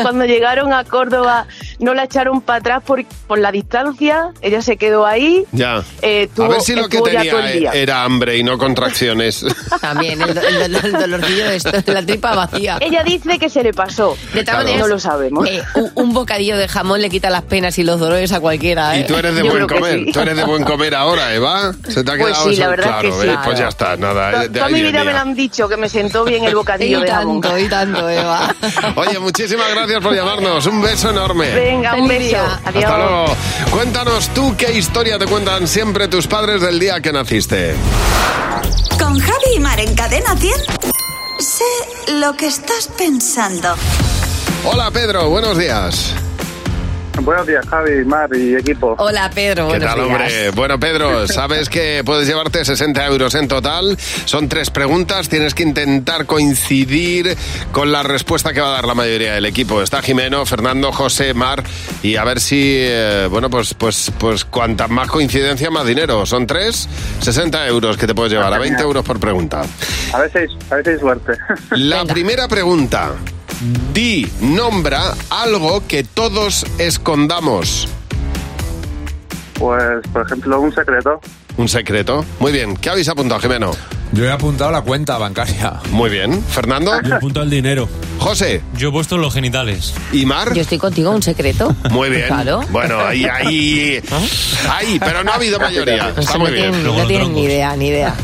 [SPEAKER 14] cuando llegaron a Córdoba no la echaron para atrás por, por la distancia, ella se quedó ahí.
[SPEAKER 2] Ya.
[SPEAKER 14] Eh, tuvo-
[SPEAKER 2] a ver si lo que
[SPEAKER 14] estuvo ya todo
[SPEAKER 2] tenía
[SPEAKER 14] el día. Eh,
[SPEAKER 2] era hambre y no contracciones.
[SPEAKER 3] También, el, do- el do- el dolorcillo de esto, la tripa vacía.
[SPEAKER 14] Ella dice que se le pasó.
[SPEAKER 3] De todas
[SPEAKER 2] Claro.
[SPEAKER 3] maneras,
[SPEAKER 2] No lo
[SPEAKER 14] sabemos.
[SPEAKER 3] eh, un, un bocadillo de jamón le quita las penas y los dolores a cualquiera. ¿eh?
[SPEAKER 2] Y tú eres de buen comer, tú eres de buen comer ahora, Eva. Se te ha
[SPEAKER 14] Pues
[SPEAKER 2] quedado
[SPEAKER 14] sí,
[SPEAKER 2] eso?
[SPEAKER 14] la verdad
[SPEAKER 2] claro,
[SPEAKER 14] es que
[SPEAKER 2] ¿ves?
[SPEAKER 14] sí.
[SPEAKER 2] pues ya está, nada. eh, de
[SPEAKER 14] Toda
[SPEAKER 2] ahí
[SPEAKER 14] mi vida me
[SPEAKER 2] venía.
[SPEAKER 14] lo han dicho, que me sentó bien el bocadillo
[SPEAKER 3] Y
[SPEAKER 14] de jamón.
[SPEAKER 3] tanto, y tanto, Eva.
[SPEAKER 2] Oye, muchísimas gracias por llamarnos. Un beso enorme.
[SPEAKER 14] Venga, un
[SPEAKER 3] Feliz
[SPEAKER 14] beso.
[SPEAKER 3] día.
[SPEAKER 14] Adiós.
[SPEAKER 2] Hasta luego. Cuéntanos tú qué historia te cuentan siempre tus padres del día que naciste.
[SPEAKER 1] Con Javi y Mar en Cadena 100. Sé lo que estás pensando.
[SPEAKER 2] Hola Pedro, buenos días.
[SPEAKER 15] Buenos días, Javi, Mar y equipo.
[SPEAKER 3] Hola, Pedro.
[SPEAKER 2] ¿Qué
[SPEAKER 3] buenos
[SPEAKER 2] tal,
[SPEAKER 3] días.
[SPEAKER 2] hombre? Bueno, Pedro, sabes que puedes llevarte 60 euros en total. Son tres preguntas. Tienes que intentar coincidir con la respuesta que va a dar la mayoría del equipo. Está Jimeno, Fernando, José, Mar. Y a ver si, eh, bueno, pues, pues, pues cuanta más coincidencia, más dinero. Son tres, 60 euros que te puedes llevar, a 20 euros por pregunta.
[SPEAKER 15] A veces, a veces hay suerte.
[SPEAKER 2] La primera pregunta. Di, nombra algo que todos escondamos.
[SPEAKER 15] Pues, por ejemplo, un secreto.
[SPEAKER 2] Un secreto. Muy bien. ¿Qué habéis apuntado, Jimeno?
[SPEAKER 8] Yo he apuntado la cuenta bancaria.
[SPEAKER 2] Muy bien. ¿Fernando?
[SPEAKER 16] Yo apunto el dinero.
[SPEAKER 2] José.
[SPEAKER 16] Yo he puesto los genitales.
[SPEAKER 2] ¿Y Mar?
[SPEAKER 3] Yo estoy contigo, un secreto.
[SPEAKER 2] Muy bien.
[SPEAKER 3] Claro.
[SPEAKER 2] Bueno, ahí, ahí. Ahí, pero no ha habido mayoría. Está
[SPEAKER 3] no
[SPEAKER 2] muy bien.
[SPEAKER 3] tienen, no tienen ni idea, ni idea.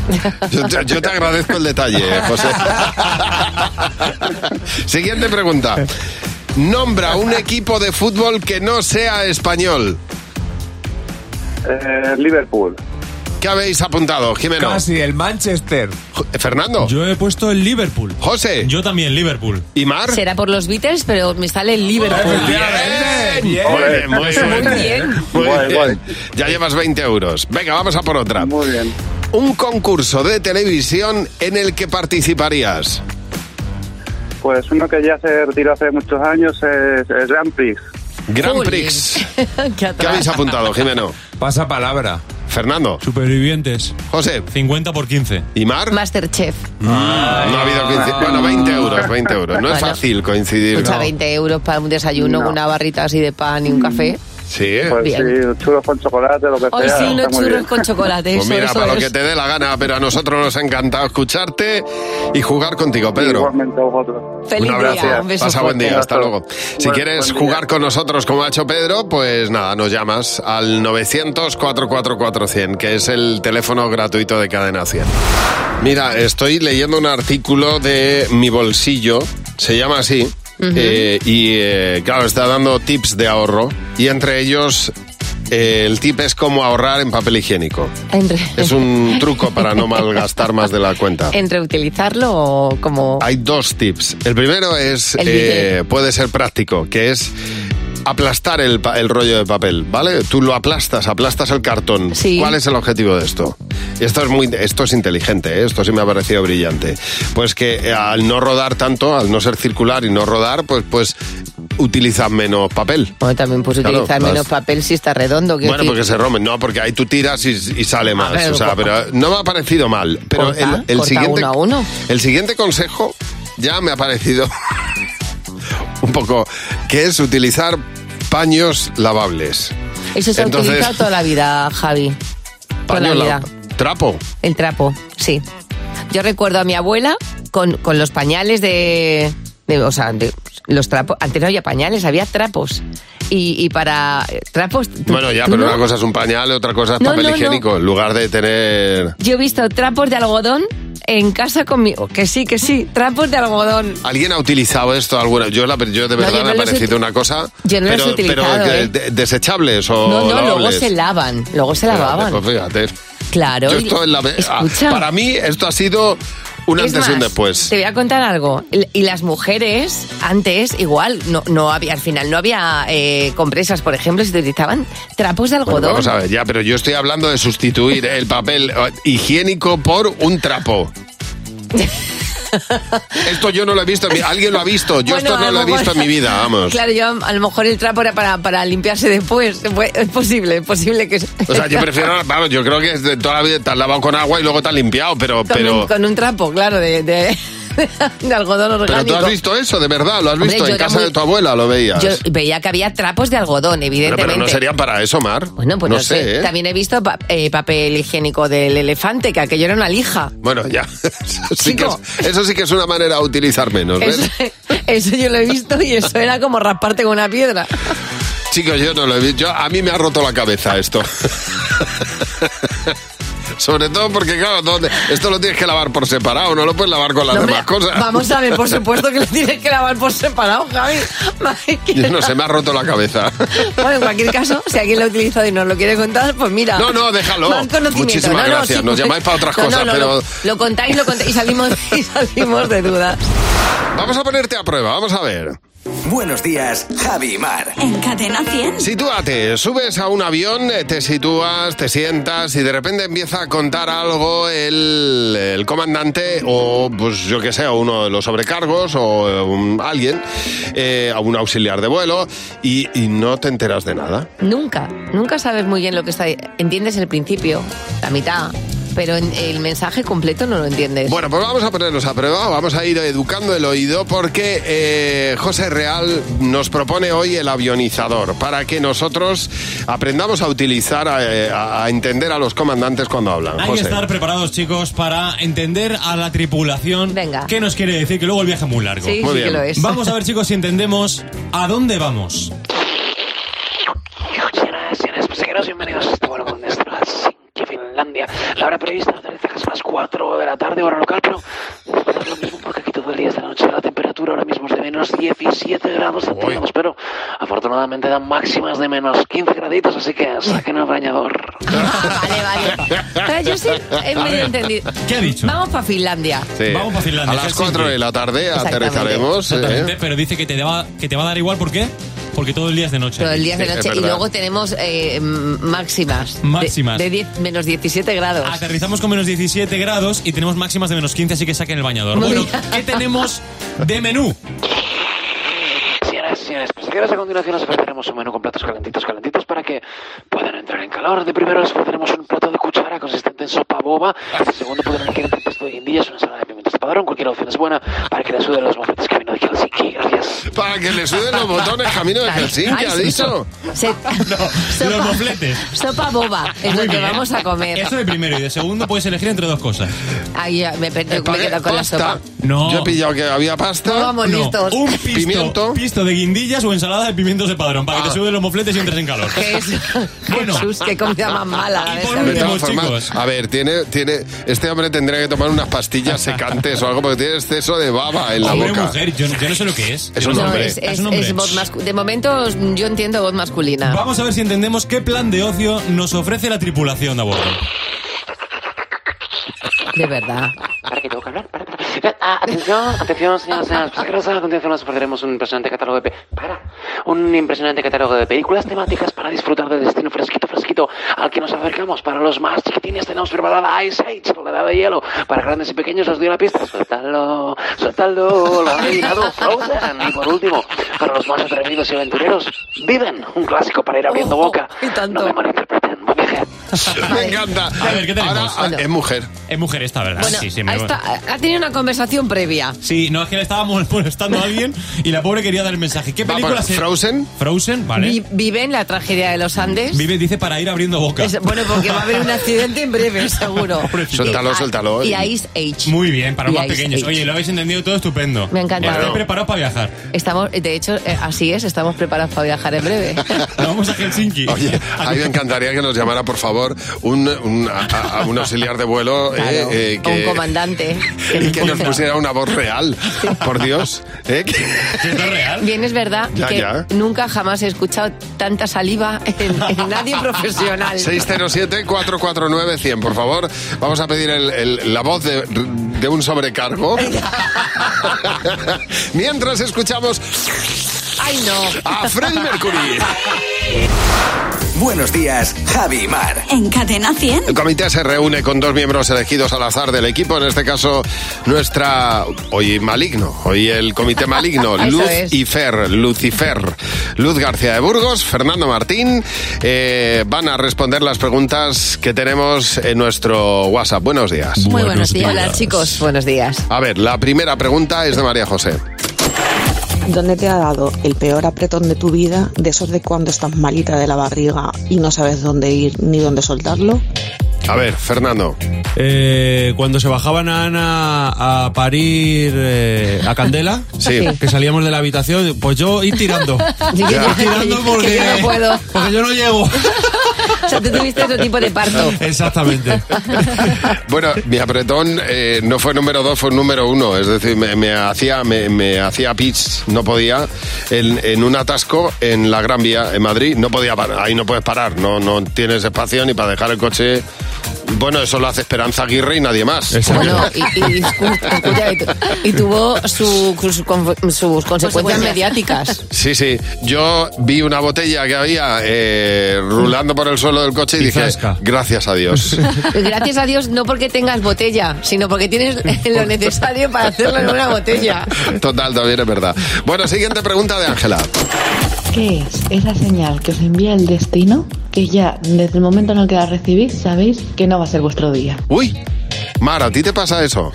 [SPEAKER 2] Yo te, yo te agradezco el detalle, eh, José. Siguiente pregunta. Nombra un equipo de fútbol que no sea español.
[SPEAKER 15] Eh, Liverpool.
[SPEAKER 2] ¿Qué habéis apuntado, Jimeno?
[SPEAKER 8] Casi el Manchester.
[SPEAKER 2] Fernando.
[SPEAKER 16] Yo he puesto el Liverpool.
[SPEAKER 2] José.
[SPEAKER 16] Yo también, Liverpool.
[SPEAKER 2] ¿Y Mar?
[SPEAKER 3] Será por los Beatles, pero me sale el Liverpool.
[SPEAKER 2] Bien, muy bien, muy bien.
[SPEAKER 3] Muy bien.
[SPEAKER 2] Muy
[SPEAKER 15] Guay,
[SPEAKER 2] bien.
[SPEAKER 15] guay.
[SPEAKER 2] Ya llevas 20 euros. Venga, vamos a por otra.
[SPEAKER 15] Muy bien.
[SPEAKER 2] Un concurso de televisión en el que participarías.
[SPEAKER 15] Pues uno que ya se retiró hace muchos años es el Grand Prix.
[SPEAKER 2] Gran
[SPEAKER 15] Jolín.
[SPEAKER 2] Prix.
[SPEAKER 3] Qué
[SPEAKER 2] ¿Qué
[SPEAKER 3] atrás.
[SPEAKER 2] habéis apuntado, Jimeno?
[SPEAKER 8] Pasa palabra.
[SPEAKER 2] Fernando.
[SPEAKER 16] Supervivientes.
[SPEAKER 2] José.
[SPEAKER 16] 50 por 15.
[SPEAKER 2] ¿Y Mar?
[SPEAKER 3] Masterchef.
[SPEAKER 2] Mm, no ha habido coinci- Bueno, 20 euros, 20 euros. No es
[SPEAKER 3] Bueno.
[SPEAKER 2] fácil coincidir.
[SPEAKER 3] Escucha,
[SPEAKER 2] ¿no?
[SPEAKER 3] 20 euros para un desayuno,
[SPEAKER 2] No.
[SPEAKER 3] una barrita así de pan y un café.
[SPEAKER 14] Mm.
[SPEAKER 2] Sí.
[SPEAKER 15] Pues
[SPEAKER 3] Bien.
[SPEAKER 15] sí, churros con chocolate, lo que
[SPEAKER 3] Hoy
[SPEAKER 15] sea.
[SPEAKER 3] sí,
[SPEAKER 15] está
[SPEAKER 3] unos
[SPEAKER 15] muy bien.
[SPEAKER 3] churros con chocolate.
[SPEAKER 2] Pues
[SPEAKER 3] Eso,
[SPEAKER 2] mira,
[SPEAKER 3] eso
[SPEAKER 2] para lo
[SPEAKER 3] es.
[SPEAKER 2] que te dé la gana, pero a nosotros nos ha encantado escucharte y jugar contigo, Pedro.
[SPEAKER 15] Igualmente a vosotros.
[SPEAKER 3] Feliz
[SPEAKER 2] un abrazo.
[SPEAKER 3] día, un beso
[SPEAKER 2] Pasa buen
[SPEAKER 3] fuerte.
[SPEAKER 2] día, hasta
[SPEAKER 15] Hasta
[SPEAKER 2] luego. Si
[SPEAKER 15] Buen-
[SPEAKER 2] quieres
[SPEAKER 15] buen día.
[SPEAKER 2] jugar con nosotros como ha hecho Pedro, pues nada, nos llamas al 900-444-100, que es el teléfono gratuito de Cadena 100. Mira, estoy leyendo un artículo de Mi Bolsillo, se llama así, eh, y eh, claro, está dando tips de ahorro, y entre ellos eh, el tip es cómo ahorrar en papel higiénico.
[SPEAKER 3] Entre,
[SPEAKER 2] Es un truco para no malgastar más de la cuenta.
[SPEAKER 3] entre utilizarlo o como...
[SPEAKER 2] Hay dos tips. El primero es,
[SPEAKER 3] El
[SPEAKER 2] eh,
[SPEAKER 3] billete.
[SPEAKER 2] puede ser práctico, que es aplastar el, pa- el rollo de papel, ¿vale? Tú lo aplastas, aplastas el cartón.
[SPEAKER 3] Sí.
[SPEAKER 2] ¿Cuál es el objetivo de esto? Esto es, muy, esto es inteligente, ¿eh? esto sí me ha parecido brillante. Pues que eh, al no rodar tanto, al no ser circular y no rodar, pues, pues utilizas menos papel.
[SPEAKER 3] Bueno, también puedes
[SPEAKER 2] Claro,
[SPEAKER 3] utilizar Pues menos
[SPEAKER 2] vas-
[SPEAKER 3] papel si está redondo. quiero
[SPEAKER 2] bueno,
[SPEAKER 3] decir.
[SPEAKER 2] porque se rompen, no, porque ahí tú tiras y, y sale más.
[SPEAKER 3] ver,
[SPEAKER 2] o sea,
[SPEAKER 3] co-
[SPEAKER 2] pero no me ha parecido mal. Pero
[SPEAKER 3] Corta,
[SPEAKER 2] el, el
[SPEAKER 3] corta
[SPEAKER 2] siguiente,
[SPEAKER 3] uno a uno.
[SPEAKER 2] el siguiente consejo ya me ha parecido un poco que es utilizar paños lavables.
[SPEAKER 3] Eso se ha
[SPEAKER 2] Entonces,
[SPEAKER 3] utilizado toda la vida, Javi. Toda la
[SPEAKER 2] paño
[SPEAKER 3] vida.
[SPEAKER 2] la- trapo.
[SPEAKER 3] El trapo, sí. Yo recuerdo a mi abuela con, con los pañales de, de- O sea, de- los trapos. Antes no había pañales, había trapos. Y, y para eh, trapos. tú-
[SPEAKER 2] Bueno, ya,
[SPEAKER 3] tú
[SPEAKER 2] pero
[SPEAKER 3] no.
[SPEAKER 2] una cosa es un pañal, otra cosa es
[SPEAKER 3] No,
[SPEAKER 2] papel
[SPEAKER 3] no, no.
[SPEAKER 2] higiénico. En lugar de tener.
[SPEAKER 3] Yo he visto trapos de algodón en casa conmigo. Que sí, que sí, trapos de algodón.
[SPEAKER 2] ¿Alguien ha utilizado esto alguna? Yo, la, yo de
[SPEAKER 3] No,
[SPEAKER 2] verdad
[SPEAKER 3] yo no
[SPEAKER 2] me ha
[SPEAKER 3] los he
[SPEAKER 2] parecido
[SPEAKER 3] uti-
[SPEAKER 2] una cosa.
[SPEAKER 3] Yo no los he
[SPEAKER 2] pero,
[SPEAKER 3] utilizado,
[SPEAKER 2] pero que-
[SPEAKER 3] ¿eh?
[SPEAKER 2] de- desechables o
[SPEAKER 3] No, no, luego
[SPEAKER 2] lavables.
[SPEAKER 3] se lavan. Luego se
[SPEAKER 2] Fíjate,
[SPEAKER 3] lavaban.
[SPEAKER 2] pues fíjate.
[SPEAKER 3] Claro.
[SPEAKER 2] Yo
[SPEAKER 3] y-
[SPEAKER 2] esto en la- ah,
[SPEAKER 3] Escucha.
[SPEAKER 2] Para mí esto ha sido un
[SPEAKER 3] Es
[SPEAKER 2] antes y un
[SPEAKER 3] más,
[SPEAKER 2] después.
[SPEAKER 3] Te voy a contar algo. L- Y las mujeres, antes, igual, no, no había, al final no había eh, compresas, por ejemplo, se utilizaban trapos de
[SPEAKER 2] Bueno,
[SPEAKER 3] algodón.
[SPEAKER 2] vamos a ver, ya, pero yo estoy hablando de sustituir el papel eh, higiénico por un trapo. Esto yo no lo he visto, en mi- alguien lo ha visto, yo
[SPEAKER 3] Bueno,
[SPEAKER 2] esto
[SPEAKER 3] a
[SPEAKER 2] no lo he
[SPEAKER 3] mejor-
[SPEAKER 2] visto en mi vida, vamos.
[SPEAKER 3] Claro, yo a lo mejor el trapo era para, para limpiarse después. Fue- Es posible, es posible que...
[SPEAKER 2] O sea, yo prefiero, vamos, yo creo que es de toda la vida te has lavado con agua y luego te has limpiado, pero...
[SPEAKER 3] Con,
[SPEAKER 2] pero
[SPEAKER 3] un, con un trapo, claro, de, de- de algodón orgánico.
[SPEAKER 2] Pero tú has visto eso, de verdad, lo has
[SPEAKER 3] Hombre,
[SPEAKER 2] visto
[SPEAKER 3] yo
[SPEAKER 2] en
[SPEAKER 3] era
[SPEAKER 2] casa
[SPEAKER 3] muy-
[SPEAKER 2] de tu abuela, lo veías.
[SPEAKER 3] Yo veía que había trapos de algodón,
[SPEAKER 2] Pero,
[SPEAKER 3] evidentemente.
[SPEAKER 2] pero no serían para eso, Mar.
[SPEAKER 3] Bueno, pues no, sé.
[SPEAKER 2] ¿eh?
[SPEAKER 3] También he visto pa- eh, papel higiénico del elefante, que aquello era una lija.
[SPEAKER 2] Bueno, ya. Eso sí, que es, eso sí que es una manera de utilizar menos, ¿ves?
[SPEAKER 3] Eso, eso yo lo he visto y eso era como rasparte con una piedra.
[SPEAKER 2] Chicos, yo no lo he visto. Yo- A mí me ha roto la cabeza esto. Sobre todo porque, claro, ¿dónde- esto lo tienes que lavar por separado, no lo puedes lavar con las
[SPEAKER 3] No, hombre,
[SPEAKER 2] demás cosas.
[SPEAKER 3] Vamos a ver, por supuesto que lo tienes que lavar por separado, Javi. Madre
[SPEAKER 2] Yo
[SPEAKER 3] mía.
[SPEAKER 2] no sé, me ha roto la cabeza.
[SPEAKER 3] Bueno, en cualquier caso, si alguien lo ha utilizado y nos lo quiere contar, pues mira.
[SPEAKER 2] No, no, déjalo.
[SPEAKER 3] Más conocimiento.
[SPEAKER 2] Muchísimas
[SPEAKER 3] No, no,
[SPEAKER 2] gracias. Nos
[SPEAKER 3] pues-
[SPEAKER 2] llamáis para otras cosas, pero-
[SPEAKER 3] Lo, lo contáis, lo contáis y salimos, y salimos de dudas.
[SPEAKER 2] Vamos a ponerte a prueba, vamos a ver.
[SPEAKER 5] Buenos días, Javi y Mar.
[SPEAKER 1] En cadena 100.
[SPEAKER 2] Sitúate, subes a un avión, eh, te sitúas, te sientas y de repente empieza a contar algo el, el comandante o, pues yo que sé, uno de los sobrecargos o eh, un- alguien, eh, a un auxiliar de vuelo y, y no te enteras de nada.
[SPEAKER 3] Nunca, nunca sabes muy bien lo que está. Entiendes el principio, la mitad, pero en- el mensaje completo no lo entiendes.
[SPEAKER 2] Bueno, pues vamos a ponernos a prueba, vamos a ir educando el oído porque eh, José Real nos propone hoy el avionizador para que nosotros aprendamos a utilizar, eh, a, a entender a los comandantes cuando hablan.
[SPEAKER 16] Hay que
[SPEAKER 2] José.
[SPEAKER 16] estar preparados, chicos, para entender a la tripulación
[SPEAKER 3] Venga.
[SPEAKER 16] qué nos quiere decir, que luego el viaje es muy largo.
[SPEAKER 3] Sí, Muy sí que bien. lo es.
[SPEAKER 16] Vamos a ver, chicos, si entendemos a dónde vamos.
[SPEAKER 12] Señoras pasajeros, bienvenidos a este vuelo con destino a Helsinki, Finlandia. La hora prevista de aterrizaje es las 4 de la tarde, hora local, pero es lo mismo porque aquí todo el día es de noche. La temperatura ahora mismo es de menos 17 grados centígrados, pero afortunadamente dan máximas de menos 15 graditos, así que saquen el bañador.
[SPEAKER 3] Ah, Pero yo sí he
[SPEAKER 2] A
[SPEAKER 3] medio
[SPEAKER 2] ver,
[SPEAKER 3] entendido.
[SPEAKER 16] ¿qué ha dicho?
[SPEAKER 3] Vamos para Finlandia.
[SPEAKER 2] Sí.
[SPEAKER 16] Vamos pa' Finlandia,
[SPEAKER 2] A las
[SPEAKER 16] Helsinki.
[SPEAKER 2] 4 de la tarde
[SPEAKER 3] Exactamente.
[SPEAKER 2] aterrizaremos. ¿eh?
[SPEAKER 16] Exactamente, pero dice que te, va, que te va a dar igual, ¿por qué? Porque todo el día es de noche.
[SPEAKER 3] Todo el día de noche. Y luego tenemos eh, m- máximas. de-
[SPEAKER 16] Máximas. Ah,
[SPEAKER 3] De, 10 menos 17 grados.
[SPEAKER 16] Aterrizamos con menos 17 grados y tenemos máximas de menos 15, así que saquen el bañador.
[SPEAKER 3] Muy
[SPEAKER 16] Bueno,
[SPEAKER 3] bien.
[SPEAKER 16] ¿qué tenemos de menú?
[SPEAKER 12] Señoras y señores pasajeros, pues a continuación os ofreceremos un menú con platos calentitos, calentitos para que puedan entrar en calor. De primero les ofreceremos un plato de cuchara consistente en sopa boba. De segundo podrán elegir entre pesto de guindillas, una ensalada de pimientos de padrón. Cualquier opción es buena para que les suden los mocetes camino de Helsinki. Gracias.
[SPEAKER 2] Para que le suden los botones camino de Helsinki,
[SPEAKER 3] Ay,
[SPEAKER 2] ha
[SPEAKER 3] sí,
[SPEAKER 2] dicho.
[SPEAKER 3] so- se-
[SPEAKER 16] Los mofletes.
[SPEAKER 3] sopa boba es
[SPEAKER 16] Ah, Muy
[SPEAKER 3] lo que
[SPEAKER 16] bien.
[SPEAKER 3] vamos a comer.
[SPEAKER 16] Eso de primero y de segundo puedes elegir entre dos cosas.
[SPEAKER 3] Ay, ya, me, me quedo
[SPEAKER 2] Espagueti,
[SPEAKER 3] con la
[SPEAKER 2] Eh, pasta.
[SPEAKER 3] sopa.
[SPEAKER 16] No.
[SPEAKER 2] Yo he pillado que había pasta.
[SPEAKER 3] No, vamos,
[SPEAKER 16] No,
[SPEAKER 3] listos.
[SPEAKER 16] un pisto, pisto de guindillas o ensalada de pimientos de padrón para que
[SPEAKER 2] Ah.
[SPEAKER 16] te suden los mofletes y entres en calor.
[SPEAKER 3] Que es-
[SPEAKER 16] Bueno.
[SPEAKER 3] Jesús, qué comida más mala. la de esta
[SPEAKER 2] De
[SPEAKER 3] vida.
[SPEAKER 2] todas formas, a ver, tiene, tiene, este hombre tendría que tomar unas pastillas secantes o algo porque tiene exceso de baba en la
[SPEAKER 16] Hombre,
[SPEAKER 2] boca.
[SPEAKER 16] mujer, yo, yo no sé lo que es.
[SPEAKER 2] Es
[SPEAKER 16] Yo
[SPEAKER 2] un
[SPEAKER 16] no sé lo
[SPEAKER 3] No,
[SPEAKER 2] hombre.
[SPEAKER 16] que
[SPEAKER 3] es,
[SPEAKER 16] Es
[SPEAKER 3] es-
[SPEAKER 16] un hombre.
[SPEAKER 3] es voz mascu- de momento yo entiendo voz masculina.
[SPEAKER 16] Vamos a ver si entendemos qué plan de ocio nos ofrece la tripulación de a bordo.
[SPEAKER 3] De verdad.
[SPEAKER 12] ¿Para qué tengo que hablar? Para, para. Ah, atención, atención, señoras y señores pues, pasajeros. A continuación les ofreceremos un impresionante catálogo de... pe- Para. Un impresionante catálogo de películas temáticas para disfrutar del destino fresquito, fresquito al que nos acercamos. Para los más chiquitines tenemos preparada Ice Age, la edad de hielo. Para grandes y pequeños os doy la pista. Suéltalo, suéltalo, lo ha adivinado Frozen. Y por último, para los más atrevidos y aventureros, Viven, un clásico para ir abriendo
[SPEAKER 3] Oh,
[SPEAKER 12] boca. No me malinterpreten, buen viaje.
[SPEAKER 2] Me encanta.
[SPEAKER 16] A ver, ¿qué tenemos?
[SPEAKER 2] Ahora ah, es mujer.
[SPEAKER 16] Es mujer esta, ¿verdad?
[SPEAKER 3] Bueno,
[SPEAKER 16] sí, sí,
[SPEAKER 3] ha
[SPEAKER 16] me-
[SPEAKER 3] esta- ha tenido una conversación previa.
[SPEAKER 16] Sí, no, es que le estábamos molestando a alguien y la pobre quería dar el mensaje. ¿Qué
[SPEAKER 2] Va,
[SPEAKER 16] película
[SPEAKER 2] pues,
[SPEAKER 16] se-
[SPEAKER 2] Frozen.
[SPEAKER 16] Frozen, vale.
[SPEAKER 3] Vi- vive en la tragedia de los Andes.
[SPEAKER 16] Vive, dice, para ir abriendo boca.
[SPEAKER 3] Es- bueno, porque va a haber un accidente en breve, seguro.
[SPEAKER 2] Suéltalo,
[SPEAKER 3] Y-
[SPEAKER 2] suéltalo.
[SPEAKER 3] Y Ice Age.
[SPEAKER 16] Muy bien, para
[SPEAKER 3] Y
[SPEAKER 16] los más
[SPEAKER 3] Ice
[SPEAKER 16] pequeños.
[SPEAKER 3] Age.
[SPEAKER 16] Oye, lo habéis entendido todo estupendo.
[SPEAKER 3] Me ha encantado.
[SPEAKER 16] Estáis preparados para viajar.
[SPEAKER 3] Estamos, de hecho, eh, así es, estamos preparados para viajar en breve.
[SPEAKER 16] Nos vamos a Helsinki.
[SPEAKER 2] Oye, a mí me encantaría que nos llamara, por favor, un, un- a- a- un auxiliar de vuelo eh,
[SPEAKER 3] Claro.
[SPEAKER 2] eh,
[SPEAKER 3] O Un
[SPEAKER 2] que,
[SPEAKER 3] comandante.
[SPEAKER 2] y que nos pusiera una voz real. Por Dios. ¿eh?
[SPEAKER 16] ¿Que ¿Esto es real?
[SPEAKER 3] Bien, es verdad
[SPEAKER 2] Ya,
[SPEAKER 3] que
[SPEAKER 2] ya.
[SPEAKER 3] nunca jamás he escuchado tanta saliva en, en nadie profesional.
[SPEAKER 2] 607-449-100, por favor. Vamos a pedir el- el- la voz de, de un sobrecargo. Mientras escuchamos
[SPEAKER 3] ¡Ay, no!
[SPEAKER 2] a Fred Mercury.
[SPEAKER 5] Buenos días, Javi Mar.
[SPEAKER 1] En Cadena 100.
[SPEAKER 2] El comité se reúne con dos miembros elegidos al azar del equipo, en este caso nuestra, hoy maligno, hoy el comité maligno,
[SPEAKER 17] Eso
[SPEAKER 2] Luz
[SPEAKER 17] es.
[SPEAKER 2] y Fer, Lucifer, Luz García de Burgos, Fernando Martín, eh, van a responder las preguntas que tenemos en nuestro WhatsApp. Buenos días.
[SPEAKER 3] Muy buenos días. Hola chicos, buenos días.
[SPEAKER 2] A ver, la primera pregunta es de María José.
[SPEAKER 18] ¿Dónde te ha dado el peor apretón de tu vida? De esos de cuando estás malita de la barriga y no sabes dónde ir ni dónde soltarlo.
[SPEAKER 2] A ver, Fernando.
[SPEAKER 4] Eh, cuando se bajaban a Ana a parir eh, a Candela,
[SPEAKER 2] Sí.
[SPEAKER 4] que salíamos de la habitación, pues yo ir tirando.
[SPEAKER 3] Sí, que-
[SPEAKER 4] Ir tirando
[SPEAKER 3] que
[SPEAKER 4] porque,
[SPEAKER 3] yo no puedo.
[SPEAKER 4] porque yo no llego.
[SPEAKER 3] O sea, tú tuviste otro tipo de parto.
[SPEAKER 4] Exactamente.
[SPEAKER 2] Bueno, mi apretón eh, no fue número dos, fue número uno. Es decir, me, me hacía me, me hacía pitch, no podía, en, en un atasco en la Gran Vía, en Madrid, no podía parar, ahí no puedes parar, no, no tienes espacio ni para dejar el coche. Bueno, eso lo hace Esperanza Aguirre y nadie más.
[SPEAKER 3] Bueno, y, y- escu- escucha, y tu- y tuvo su- sus con- sus consecuencias mediáticas.
[SPEAKER 2] Sí, sí. Yo vi una botella que había eh, rulando por el suelo del coche y, dije, gracias a Dios.
[SPEAKER 3] Pues Gracias a Dios, no porque tengas botella, sino porque tienes lo necesario para hacerlo en una botella.
[SPEAKER 2] Total, también es verdad. Bueno, siguiente pregunta de Ángela.
[SPEAKER 19] ¿Qué es? Es la señal que os envía el destino que ya desde el momento en el que la recibís sabéis que no va a ser vuestro día.
[SPEAKER 2] Uy, Mara, ¿a ti te pasa eso?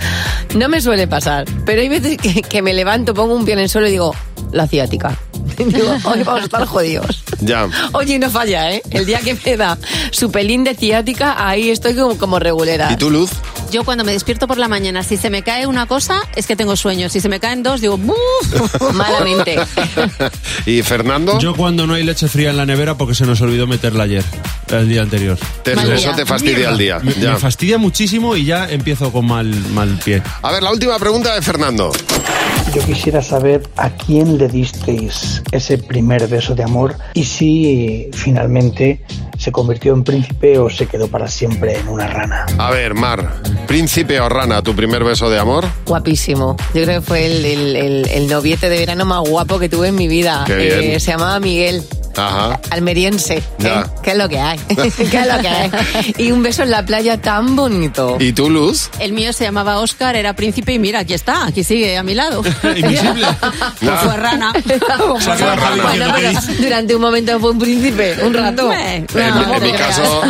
[SPEAKER 3] No me suele pasar, pero hay veces que, que me levanto, pongo un pie en el suelo y digo, la ciática. Y digo, hoy vamos a estar jodidos.
[SPEAKER 2] Ya.
[SPEAKER 3] Oye, no falla, ¿eh? El día que me da su pelín de ciática, ahí estoy como, como regulera.
[SPEAKER 2] ¿Y tú, Luz?
[SPEAKER 20] Yo cuando me despierto por la mañana, si se me cae una cosa, es que tengo sueño. Si se me caen dos, digo, ¡buf! Malamente.
[SPEAKER 2] ¿Y Fernando?
[SPEAKER 4] Yo cuando no hay leche fría en la nevera porque se nos olvidó meterla ayer, el día anterior.
[SPEAKER 2] Te- Mal eso día. te fastidia el día,
[SPEAKER 4] Me,
[SPEAKER 2] ya.
[SPEAKER 4] me fastidia muchísimo y ya empiezo con mal, mal pie.
[SPEAKER 2] A ver, la última pregunta de Fernando.
[SPEAKER 21] Yo quisiera saber a quién le disteis ese primer beso de amor y si finalmente se convirtió en príncipe o se quedó para siempre en una rana.
[SPEAKER 2] A ver, Mar, príncipe o rana, tu primer beso de amor.
[SPEAKER 3] Guapísimo. Yo creo que fue el, el- el- el noviete de verano más guapo que tuve en mi vida. Eh,
[SPEAKER 2] Qué bien.
[SPEAKER 3] se llamaba Miguel,
[SPEAKER 2] Ajá.
[SPEAKER 3] almeriense.
[SPEAKER 2] Ya.
[SPEAKER 3] ¿Qué es lo que hay? ¿Qué es lo que hay? Y un beso en la playa tan bonito.
[SPEAKER 2] ¿Y tú, Luz?
[SPEAKER 20] El mío se llamaba Oscar, era príncipe y mira, aquí está, aquí sigue a mi lado. Invisible.
[SPEAKER 2] Nah.
[SPEAKER 20] fue rana.
[SPEAKER 2] Se ha quedado Javi
[SPEAKER 3] Bueno,
[SPEAKER 2] diciendo
[SPEAKER 3] pero
[SPEAKER 2] que-
[SPEAKER 3] durante un momento fue un príncipe, un rato.
[SPEAKER 2] En,
[SPEAKER 3] No,
[SPEAKER 2] en mi caso,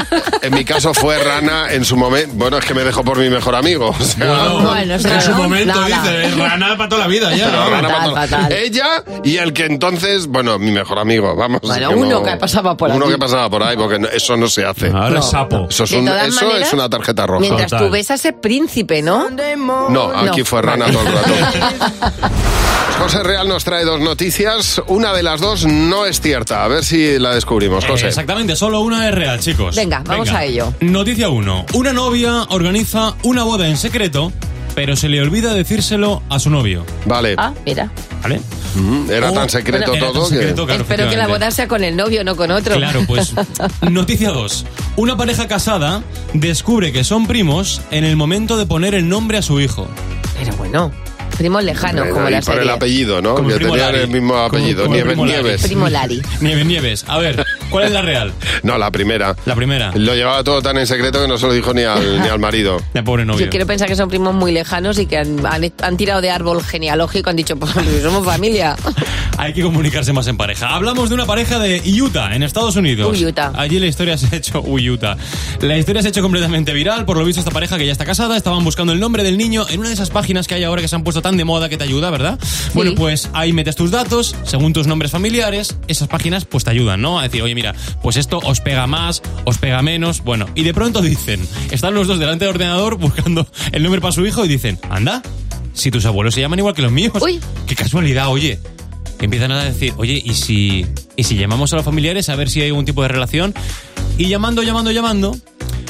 [SPEAKER 2] en mi caso fue rana en su momento. Bueno, es que me dejó por mi mejor amigo. o sea,
[SPEAKER 20] Bueno,
[SPEAKER 4] En su momento dice, "Es rana para toda la vida ya.
[SPEAKER 2] Pero rana
[SPEAKER 4] Fatal,
[SPEAKER 2] para todo-
[SPEAKER 4] fatal.
[SPEAKER 2] Ella y el que entonces, bueno, mi mejor amigo, vamos.
[SPEAKER 3] Bueno,
[SPEAKER 2] que
[SPEAKER 3] uno
[SPEAKER 2] no-
[SPEAKER 3] que pasaba por
[SPEAKER 2] Uno
[SPEAKER 3] aquí.
[SPEAKER 2] que pasaba por ahí, porque no- eso no se hace.
[SPEAKER 4] Ahora
[SPEAKER 2] No.
[SPEAKER 4] es sapo.
[SPEAKER 2] Eso, es,
[SPEAKER 3] De
[SPEAKER 2] un-
[SPEAKER 3] todas
[SPEAKER 2] eso
[SPEAKER 3] maneras,
[SPEAKER 2] es una tarjeta roja.
[SPEAKER 3] Mientras tú ves a ese príncipe, ¿no?
[SPEAKER 2] No, aquí
[SPEAKER 3] No.
[SPEAKER 2] fue rana todo el rato. José Real nos trae dos noticias. Una de las dos no es cierta. A ver si la descubrimos,
[SPEAKER 16] Eh,
[SPEAKER 2] José.
[SPEAKER 16] Exactamente, solo una es real, chicos.
[SPEAKER 3] Venga, vamos a ello.
[SPEAKER 16] Noticia 1. Una novia organiza una boda en secreto, pero se le olvida decírselo a su novio.
[SPEAKER 2] Vale.
[SPEAKER 3] Ah, mira.
[SPEAKER 16] ¿vale.
[SPEAKER 2] era tan secreto
[SPEAKER 16] era tan
[SPEAKER 2] todo que-
[SPEAKER 16] secreto, claro,
[SPEAKER 3] Espero que la
[SPEAKER 16] efectivamente.
[SPEAKER 3] boda sea con el novio, no con otro.
[SPEAKER 16] Claro, pues. Noticia 2. Una pareja casada descubre que son primos en el momento de poner el nombre a su hijo.
[SPEAKER 3] Pero bueno. Primo lejano,
[SPEAKER 2] Hombre,
[SPEAKER 3] como
[SPEAKER 2] y
[SPEAKER 3] la
[SPEAKER 2] por
[SPEAKER 3] serie.
[SPEAKER 2] el apellido, ¿no?
[SPEAKER 16] Como
[SPEAKER 2] que
[SPEAKER 16] Primo
[SPEAKER 2] tenían
[SPEAKER 16] Lari.
[SPEAKER 2] el mismo
[SPEAKER 16] Como-
[SPEAKER 2] apellido.
[SPEAKER 16] como
[SPEAKER 2] Nieves
[SPEAKER 16] Primo Lari.
[SPEAKER 2] Nieves.
[SPEAKER 3] Primo Lari.
[SPEAKER 16] Nieves, Nieves. A ver, ¿cuál es la real?
[SPEAKER 2] No, la primera.
[SPEAKER 16] La primera.
[SPEAKER 2] Lo llevaba todo tan en secreto que no se lo dijo ni al, ni al marido.
[SPEAKER 16] La pobre
[SPEAKER 3] Yo quiero pensar que son primos muy lejanos y que han, han- han tirado de árbol genealógico, han dicho, pues somos familia.
[SPEAKER 16] Hay que comunicarse más en pareja. Hablamos de una pareja de Utah, en Estados Unidos.
[SPEAKER 3] Uy, Utah.
[SPEAKER 16] Allí la historia se ha hecho. Uy, Utah. La historia se ha hecho completamente viral. Por lo visto, esta pareja que ya está casada estaban buscando el nombre del niño en una de esas páginas que hay ahora que se han puesto tan de moda que te ayuda, ¿verdad? Bueno, pues ahí metes tus datos, según tus nombres familiares, esas páginas pues te ayudan, ¿no? A decir, oye, mira, pues esto os pega más, os pega menos. Bueno, y de pronto dicen, están los dos delante del ordenador buscando el nombre para su hijo y dicen, anda, si tus abuelos se llaman igual que los míos. Qué casualidad, oye. Que empiezan a decir, oye, ¿y si, ¿y si llamamos a los familiares a ver si hay algún tipo de relación? Y llamando, llamando, llamando,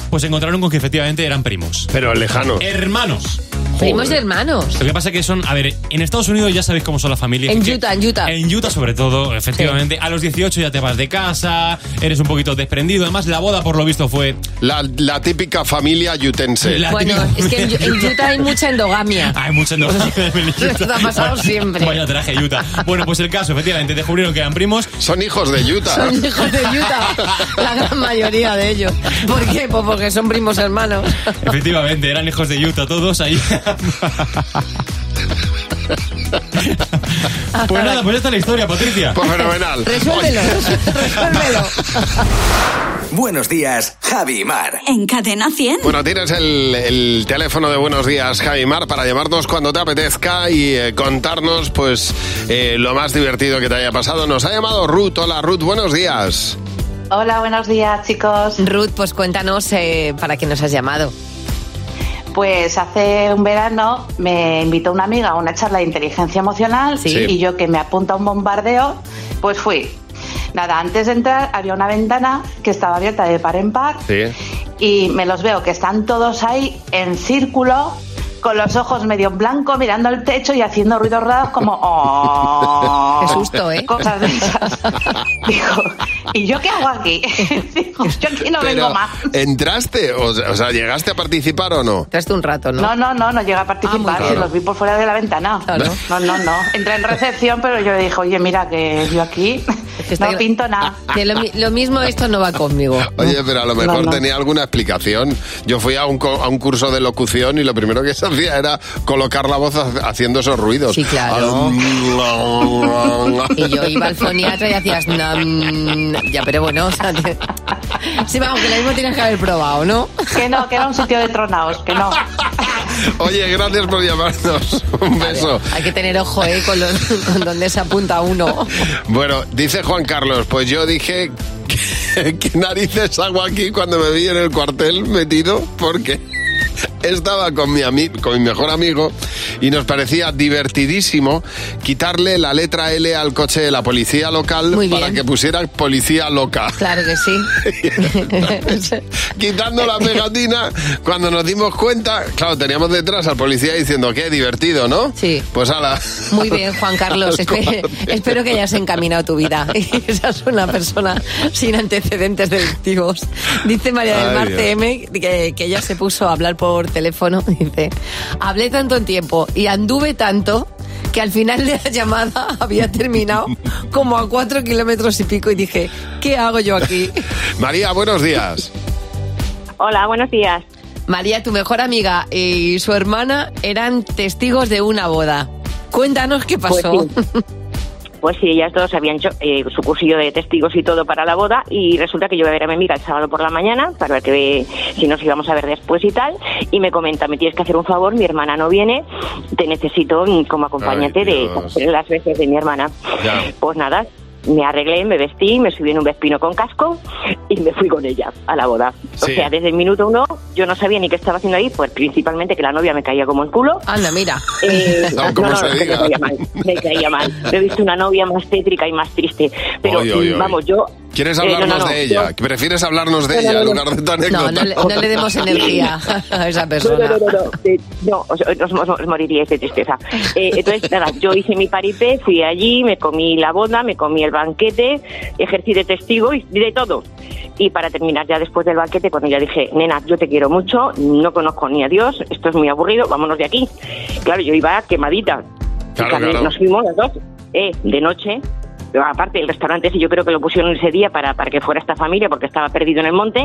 [SPEAKER 16] pues encontraron con que efectivamente eran primos.
[SPEAKER 2] Pero lejanos.
[SPEAKER 16] Hermanos.
[SPEAKER 3] Primos y hermanos.
[SPEAKER 16] Lo que pasa que son, a ver, en Estados Unidos ya sabéis cómo son las familias.
[SPEAKER 3] En
[SPEAKER 16] que-
[SPEAKER 3] Utah, en Utah.
[SPEAKER 16] En Utah sobre todo, efectivamente. A los 18 ya te vas de casa, eres un poquito desprendido. Además, la boda por lo visto fue...
[SPEAKER 2] La, la típica familia yutense.
[SPEAKER 16] La
[SPEAKER 3] Bueno,
[SPEAKER 16] típica-
[SPEAKER 3] es que en, en Utah hay mucha endogamia.
[SPEAKER 16] Hay mucho no.
[SPEAKER 3] Esto ha pasado siempre.
[SPEAKER 16] Vaya traje Utah. Bueno, pues el caso, efectivamente, descubrieron que eran primos.
[SPEAKER 2] Son hijos de Utah.
[SPEAKER 3] Son hijos de Utah, la gran mayoría de ellos. ¿Por qué? Pues porque son primos hermanos.
[SPEAKER 16] Efectivamente, eran hijos de Utah todos ahí.
[SPEAKER 3] Ah,
[SPEAKER 16] Pues nada, pues esta es la historia, Patricia.
[SPEAKER 2] Pues fenomenal.
[SPEAKER 3] Resuélvelo, resuélvelo.
[SPEAKER 5] Buenos días, Javi y Mar.
[SPEAKER 1] En Cadena 100.
[SPEAKER 2] Bueno, tienes el, el teléfono de Buenos Días, Javi Mar, para llamarnos cuando te apetezca y eh, contarnos pues eh, lo más divertido que te haya pasado. Nos ha llamado Ruth. Hola, Ruth, buenos días.
[SPEAKER 17] Hola, buenos días, chicos.
[SPEAKER 3] Ruth, pues cuéntanos eh, para qué nos has llamado.
[SPEAKER 17] Pues hace un verano me invitó una amiga a una charla de inteligencia emocional
[SPEAKER 3] Sí.
[SPEAKER 17] y yo que me apunta a un bombardeo, pues fui. Nada, antes de entrar había una ventana que estaba abierta de par en par y me los veo que están todos ahí en círculo con los ojos medio en blanco mirando al techo y haciendo ruidos raros como "Oh",
[SPEAKER 3] Qué susto, ¿eh?
[SPEAKER 17] cosas de esas Digo, y yo qué hago aquí Digo, yo aquí no vengo
[SPEAKER 2] Pero,
[SPEAKER 17] más
[SPEAKER 2] ¿entraste? O, sea- o sea, ¿llegaste a participar o no?
[SPEAKER 3] Entraste un rato,
[SPEAKER 17] no, no, no, no llega a participar,
[SPEAKER 2] bien.
[SPEAKER 17] los vi por fuera de la ventana. No, no, no. Entré en recepción, pero yo le dije, oye, mira que yo aquí no
[SPEAKER 3] estoy-
[SPEAKER 17] pinto nada.
[SPEAKER 3] Que lo, mi- lo mismo esto no va conmigo.
[SPEAKER 2] Oye, pero a lo mejor
[SPEAKER 3] No, no.
[SPEAKER 2] tenía alguna explicación. Yo fui a un, co- a un curso de locución y lo primero que se hacía era colocar la voz ha- haciendo esos ruidos. Sí, claro.
[SPEAKER 3] Y yo iba al foniatra y hacías... "Nam". ya, pero bueno, o sea... te- Sí, vamos, que lo mismo tienes que haber probado, ¿no?
[SPEAKER 17] Que no, que era un sitio de tronados, que no.
[SPEAKER 2] Oye, gracias por llamarnos. Un beso.
[SPEAKER 3] Hay que tener ojo, ¿eh? Con, los, con dónde se apunta uno.
[SPEAKER 2] Bueno, dice Juan Carlos, pues yo dije que, que narices hago aquí cuando me vi en el cuartel metido porque estaba con mi, ami- con mi mejor amigo y nos parecía divertidísimo quitarle la letra L al coche de la policía local para que pusiera policía loca.
[SPEAKER 3] Claro que sí.
[SPEAKER 2] Quitando la pegatina, cuando nos dimos cuenta, claro, teníamos detrás al policía diciendo, qué divertido, ¿no? Sí. Pues ala.
[SPEAKER 3] Muy bien, Juan Carlos.
[SPEAKER 2] Al
[SPEAKER 3] Espe- Espero,
[SPEAKER 2] cuartel.
[SPEAKER 3] que hayas encaminado tu vida. Y seas una persona sin antecedentes delictivos. Dice María del
[SPEAKER 22] Ay,
[SPEAKER 3] Mar
[SPEAKER 22] Dios.
[SPEAKER 3] TM que, que ella se puso a hablar por teléfono. Dice, hablé tanto en tiempo y anduve tanto que al final de la llamada había terminado como a cuatro kilómetros y pico y dije, ¿qué hago yo aquí?
[SPEAKER 2] María, buenos días.
[SPEAKER 3] Hola, buenos días. María, tu mejor amiga y su hermana eran testigos de una boda. Cuéntanos qué pasó.
[SPEAKER 22] Pues sí, ellas dos habían hecho eh, su cursillo de testigos y todo para la boda y resulta que yo voy a ver a mi amiga el sábado por la mañana para ver que, si nos íbamos a ver después y tal y me comenta, me tienes que hacer un favor, mi hermana no viene, te necesito mm, como acompañante de coger las veces de mi hermana. Pues nada, me arreglé, me vestí, me subí en un vespino con casco y me fui con ella a la boda.
[SPEAKER 3] Sí.
[SPEAKER 22] O sea, desde el minuto uno yo no sabía ni qué estaba haciendo ahí, pues principalmente que la novia me caía como el culo.
[SPEAKER 3] Anda, mira.
[SPEAKER 22] no, no, no, es que me caía mal, me caía mal. No He visto una novia más tétrica y más triste. Pero
[SPEAKER 2] Oy, oy, oy.
[SPEAKER 22] vamos, yo...
[SPEAKER 2] ¿Quieres
[SPEAKER 22] eh, no, no,
[SPEAKER 2] hablarnos
[SPEAKER 22] no,
[SPEAKER 2] de ella?
[SPEAKER 22] yo-
[SPEAKER 2] ¿Prefieres hablarnos de
[SPEAKER 22] No, no,
[SPEAKER 2] ella en
[SPEAKER 22] no,
[SPEAKER 2] lugar de tu
[SPEAKER 3] No,
[SPEAKER 2] anécdota?
[SPEAKER 3] no le, no le demos energía a esa
[SPEAKER 22] No,
[SPEAKER 3] persona.
[SPEAKER 22] no, no, no, no, de- no, os, os- os- os moriríais de tristeza. Eh, entonces, nada, yo hice mi paripé, fui allí, me comí la boda, me comí el banquete, ejercí de testigo y de todo. Y para terminar ya después del banquete, cuando ya dije, nena, yo te quiero mucho, no conozco ni a Dios, esto es muy aburrido, vámonos de aquí. Claro, yo iba quemadita. Y
[SPEAKER 23] Claro,
[SPEAKER 22] también
[SPEAKER 23] claro.
[SPEAKER 22] Nos fuimos las dos, eh, de noche. Pero Aparte, el restaurante ese yo creo que lo pusieron ese día para, para que fuera esta familia porque estaba perdido en el monte.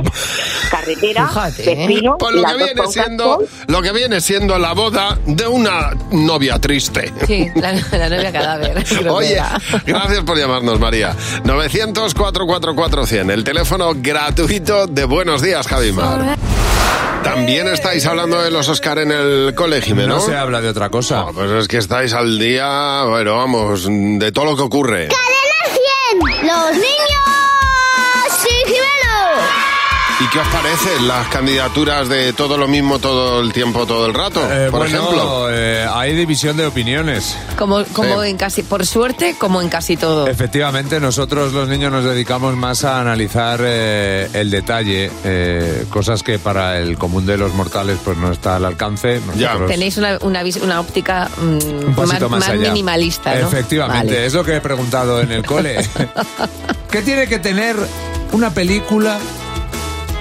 [SPEAKER 22] Carretera, vecino,
[SPEAKER 2] Pues lo
[SPEAKER 22] las
[SPEAKER 2] que,
[SPEAKER 22] dos
[SPEAKER 2] viene
[SPEAKER 22] con
[SPEAKER 2] siendo,
[SPEAKER 22] casco.
[SPEAKER 2] lo que viene siendo la boda de una novia triste.
[SPEAKER 3] Sí, la, la novia cadáver. creo que
[SPEAKER 2] Oye,
[SPEAKER 3] era.
[SPEAKER 2] gracias por llamarnos, María. 900-444-100, el teléfono gratuito de Buenos Días, Javimar.
[SPEAKER 8] Eh,
[SPEAKER 2] También estáis hablando de los Oscar en el cole, Jimeno.
[SPEAKER 8] No se habla de otra cosa.
[SPEAKER 2] Pues es que estáis al día, bueno, vamos, de todo lo que ocurre.
[SPEAKER 24] ¡Cadena 100! ¡Los niños! ¡Sí, Jimeno!
[SPEAKER 2] ¿Y ¿Qué os parecen las candidaturas de todo lo mismo todo el tiempo, todo el rato?
[SPEAKER 8] Eh,
[SPEAKER 2] por
[SPEAKER 8] bueno,
[SPEAKER 2] ejemplo.
[SPEAKER 8] eh, hay división de opiniones.
[SPEAKER 3] Como, como
[SPEAKER 8] Sí.
[SPEAKER 3] en casi, por suerte, como en casi todo.
[SPEAKER 8] Efectivamente, nosotros los niños nos dedicamos más a analizar eh, el detalle, eh, cosas que para el común de los mortales pues no está al alcance. Nosotros-
[SPEAKER 3] Tenéis una, una, vis- una óptica mm,
[SPEAKER 8] Un
[SPEAKER 3] más,
[SPEAKER 8] pasito más
[SPEAKER 3] más
[SPEAKER 8] allá.
[SPEAKER 3] minimalista, ¿no?
[SPEAKER 8] Efectivamente,
[SPEAKER 3] Vale.
[SPEAKER 8] es lo que he preguntado en el cole. ¿Qué tiene que tener una película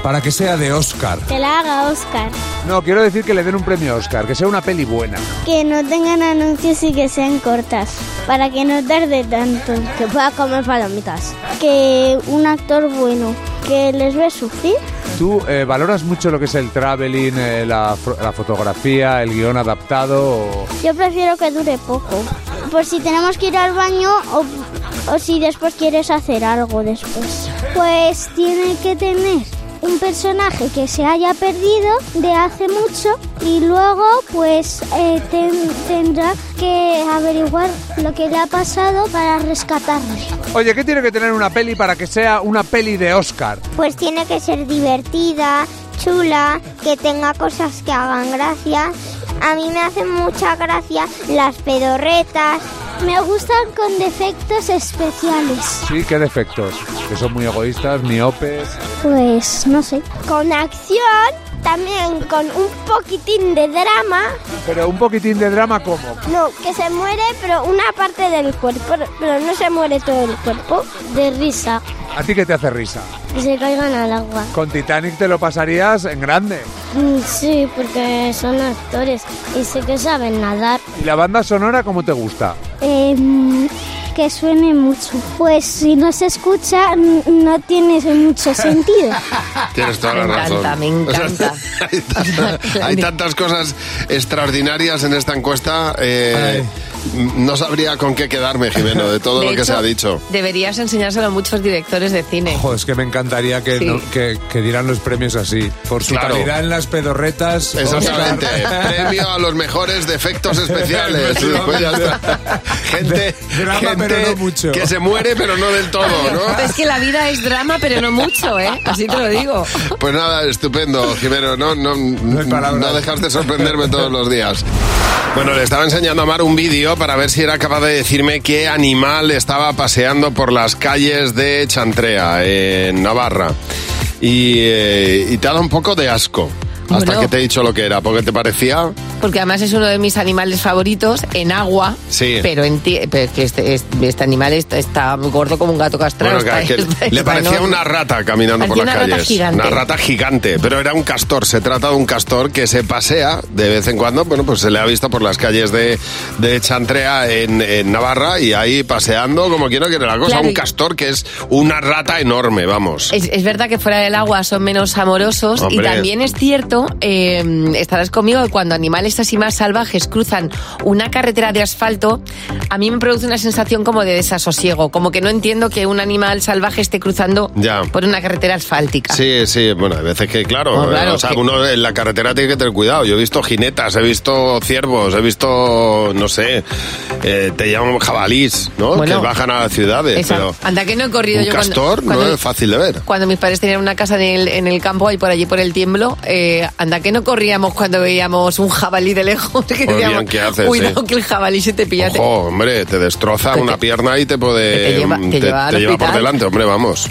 [SPEAKER 8] para que sea de Oscar?
[SPEAKER 6] Que la haga Oscar.
[SPEAKER 8] No, quiero decir que le den un premio Oscar, que sea una peli buena.
[SPEAKER 6] Que no tengan anuncios y que sean cortas. Para que no tarde tanto. Que pueda comer palomitas. Que un actor bueno. Que les ve sufrir.
[SPEAKER 8] ¿Tú eh, valoras mucho lo que es el traveling, eh, la, fo- la fotografía, el guión adaptado? o-
[SPEAKER 6] Yo prefiero que dure poco. Por si tenemos que ir al baño o, o si después quieres hacer algo después. Pues tiene que tener un personaje que se haya perdido de hace mucho y luego pues eh, ten- tendrá que averiguar lo que le ha pasado para rescatarle.
[SPEAKER 8] Oye, ¿qué tiene que tener una peli para que sea una peli de Oscar?
[SPEAKER 6] Pues tiene que ser divertida, chula, que tenga cosas que hagan gracia. A mí me hacen mucha gracia las pedorretas. Me gustan con defectos especiales.
[SPEAKER 8] Sí, qué defectos. Que son muy egoístas, miopes.
[SPEAKER 6] Pues no sé. Con acción, también con un poquitín de drama.
[SPEAKER 8] Pero un poquitín de drama, ¿cómo?
[SPEAKER 6] No, que se muere, pero una parte del cuerpo, pero no se muere todo el cuerpo. De risa,
[SPEAKER 8] ¿A ti qué te hace risa?
[SPEAKER 6] que se caigan al agua. Mm,
[SPEAKER 8] Con Titanic te lo pasarías en grande.
[SPEAKER 6] Sí, porque son actores y sé que saben nadar.
[SPEAKER 8] ¿Y la banda sonora cómo te gusta?
[SPEAKER 6] Em, que suene mucho. Pues si no se escucha, n- no tiene mucho sentido.
[SPEAKER 2] Tienes toda la
[SPEAKER 3] Me
[SPEAKER 2] razón.
[SPEAKER 3] encanta, me encanta.
[SPEAKER 2] hay, tantas, hay tantas cosas extraordinarias en esta encuesta. eh, no sabría con qué quedarme, Jimeno, de todo
[SPEAKER 3] De
[SPEAKER 2] lo que se
[SPEAKER 3] hecho,
[SPEAKER 2] ha dicho.
[SPEAKER 3] Deberías enseñárselo a muchos directores de cine.
[SPEAKER 8] Joder, es que me encantaría que,
[SPEAKER 3] Sí.
[SPEAKER 8] no- que, que dieran los premios así. Por su
[SPEAKER 2] Claro.
[SPEAKER 8] calidad en las pedorretas.
[SPEAKER 2] Exactamente.
[SPEAKER 8] Oscar.
[SPEAKER 2] Premio a los mejores defectos especiales. Pues ya está. Gente,
[SPEAKER 8] Drama,
[SPEAKER 2] gente
[SPEAKER 8] pero no mucho.
[SPEAKER 2] que se muere, pero no del todo, ¿no?
[SPEAKER 3] Es que la vida es drama, pero no mucho, ¿eh? Así te lo digo.
[SPEAKER 2] Pues nada, estupendo, Jimeno. No, no, no dejas de sorprenderme todos los días. Bueno, le estaba enseñando a Mar un vídeo para ver si era capaz de decirme qué animal estaba paseando por las calles de Chantrea, en Navarra. Y, eh, y te ha dado un poco de asco. Hasta
[SPEAKER 3] Bueno.
[SPEAKER 2] que te he dicho lo que era, porque te parecía.
[SPEAKER 3] Porque además es uno de mis animales favoritos en agua.
[SPEAKER 2] Sí.
[SPEAKER 3] Pero, en ti- pero que este, este- este animal está, está gordo como un gato castrado.
[SPEAKER 2] Bueno, que-
[SPEAKER 3] está-
[SPEAKER 2] que
[SPEAKER 3] está-
[SPEAKER 2] le
[SPEAKER 3] está
[SPEAKER 2] parecía
[SPEAKER 3] enorme.
[SPEAKER 2] una rata caminando por
[SPEAKER 3] Parecía
[SPEAKER 2] las
[SPEAKER 3] una rata
[SPEAKER 2] calles.
[SPEAKER 3] gigante.
[SPEAKER 2] Una rata gigante, pero era un castor. Se trata de un castor que se pasea de vez en cuando. Bueno, pues se le ha visto por las calles de, de Chantrea en, en Navarra y ahí paseando como quiera que la cosa.
[SPEAKER 3] Claro,
[SPEAKER 2] un
[SPEAKER 3] y-
[SPEAKER 2] castor que es una rata enorme, vamos.
[SPEAKER 3] Es, es verdad que fuera del agua son menos amorosos
[SPEAKER 2] Hombre.
[SPEAKER 3] y también es cierto, eh, estarás conmigo, que cuando animales así más salvajes cruzan una carretera de asfalto, a mí me produce una sensación como de desasosiego, como que no entiendo que un animal salvaje esté cruzando
[SPEAKER 2] Ya.
[SPEAKER 3] por una carretera asfáltica.
[SPEAKER 2] Sí, sí, bueno, hay veces que, claro,
[SPEAKER 3] No, claro,
[SPEAKER 2] eh, o sea,
[SPEAKER 3] que-
[SPEAKER 2] uno en la carretera tiene que tener cuidado. Yo he visto jinetas, he visto ciervos, he visto, no sé, eh, te llaman jabalís, ¿no?
[SPEAKER 3] Bueno.
[SPEAKER 2] que bajan a las ciudades,
[SPEAKER 3] Esa-
[SPEAKER 2] pero...
[SPEAKER 3] Anda que no he corrido
[SPEAKER 2] Un
[SPEAKER 3] yo cuando-
[SPEAKER 2] castor
[SPEAKER 3] cuando,
[SPEAKER 2] no es fácil de ver.
[SPEAKER 3] cuando mis padres tenían una casa en el, en el campo ahí por allí por el tiemblo, eh, anda que no corríamos cuando veíamos un jabalí de lejos, que
[SPEAKER 2] Pues bien,
[SPEAKER 3] decíamos,
[SPEAKER 2] ¿qué haces,
[SPEAKER 3] cuidado
[SPEAKER 2] sí?
[SPEAKER 3] que el jabalí se te pilla. te-
[SPEAKER 2] Ojo, Oh, hombre, te destroza una pierna y te puede.
[SPEAKER 3] te lleva- te lleva al
[SPEAKER 2] te lleva por
[SPEAKER 3] hospital.
[SPEAKER 2] delante, hombre, vamos.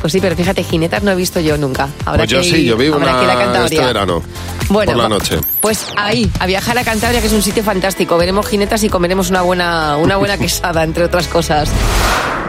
[SPEAKER 3] Pues sí, pero fíjate, jinetas no he visto yo nunca. Ahora
[SPEAKER 2] pues yo
[SPEAKER 3] que-
[SPEAKER 2] sí, yo vivo
[SPEAKER 3] ahora que la
[SPEAKER 2] una,
[SPEAKER 3] Cantabria.
[SPEAKER 2] este verano.
[SPEAKER 3] Bueno,
[SPEAKER 2] por la
[SPEAKER 3] va-
[SPEAKER 2] noche.
[SPEAKER 3] Pues ahí, a viajar a Cantabria, que es un sitio fantástico. Veremos jinetas y comeremos una buena, una buena quesada, entre otras cosas.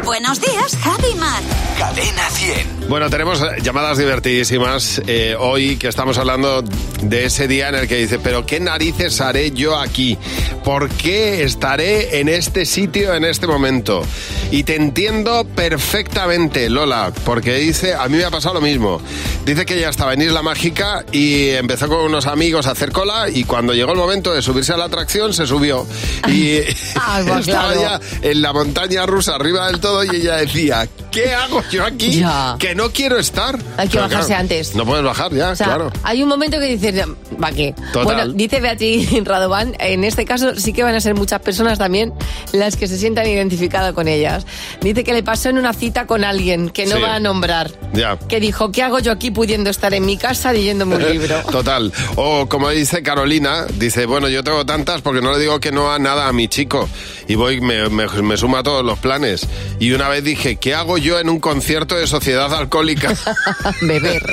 [SPEAKER 1] Buenos días, Javi Mar. Cadena 100.
[SPEAKER 2] Bueno, tenemos eh, llamadas divertidísimas eh, hoy que estamos hablando de ese día en el que dices, pero ¿qué narices haré yo aquí? ¿Por qué estaré en este sitio en este momento? Y te entiendo perfectamente, Lola, porque dice, a mí me ha pasado lo mismo. Dice que ya estaba en Isla Mágica y empezó con unos amigos a hacer cola y cuando llegó el momento de subirse a la atracción se subió. Y
[SPEAKER 3] Ah, pues
[SPEAKER 2] estaba
[SPEAKER 3] claro.
[SPEAKER 2] ya en la montaña rusa arriba del todo todo y ella decía, ¿qué hago yo aquí?
[SPEAKER 3] Ya.
[SPEAKER 2] Que no quiero estar.
[SPEAKER 3] Hay que
[SPEAKER 2] Pero
[SPEAKER 3] bajarse
[SPEAKER 2] claro,
[SPEAKER 3] antes.
[SPEAKER 2] No puedes bajar ya,
[SPEAKER 3] O sea,
[SPEAKER 2] claro.
[SPEAKER 3] hay un momento que dices, ¿para qué?
[SPEAKER 2] Total.
[SPEAKER 3] Bueno, dice Beatriz Radovan, en este caso sí que van a ser muchas personas también las que se sientan identificadas con ellas. Dice que le pasó en una cita con alguien que no
[SPEAKER 2] Sí.
[SPEAKER 3] va a nombrar,
[SPEAKER 2] Ya.
[SPEAKER 3] que dijo, ¿qué hago yo aquí pudiendo estar en mi casa leyéndome un libro?
[SPEAKER 2] Total. O como dice Carolina, dice, bueno, yo tengo tantas porque no le digo que no a nada a mi chico. Y voy, me, me, me sumo a todos los planes. Y una vez dije, ¿qué hago yo en un concierto de sociedad alcohólica?
[SPEAKER 3] Beber.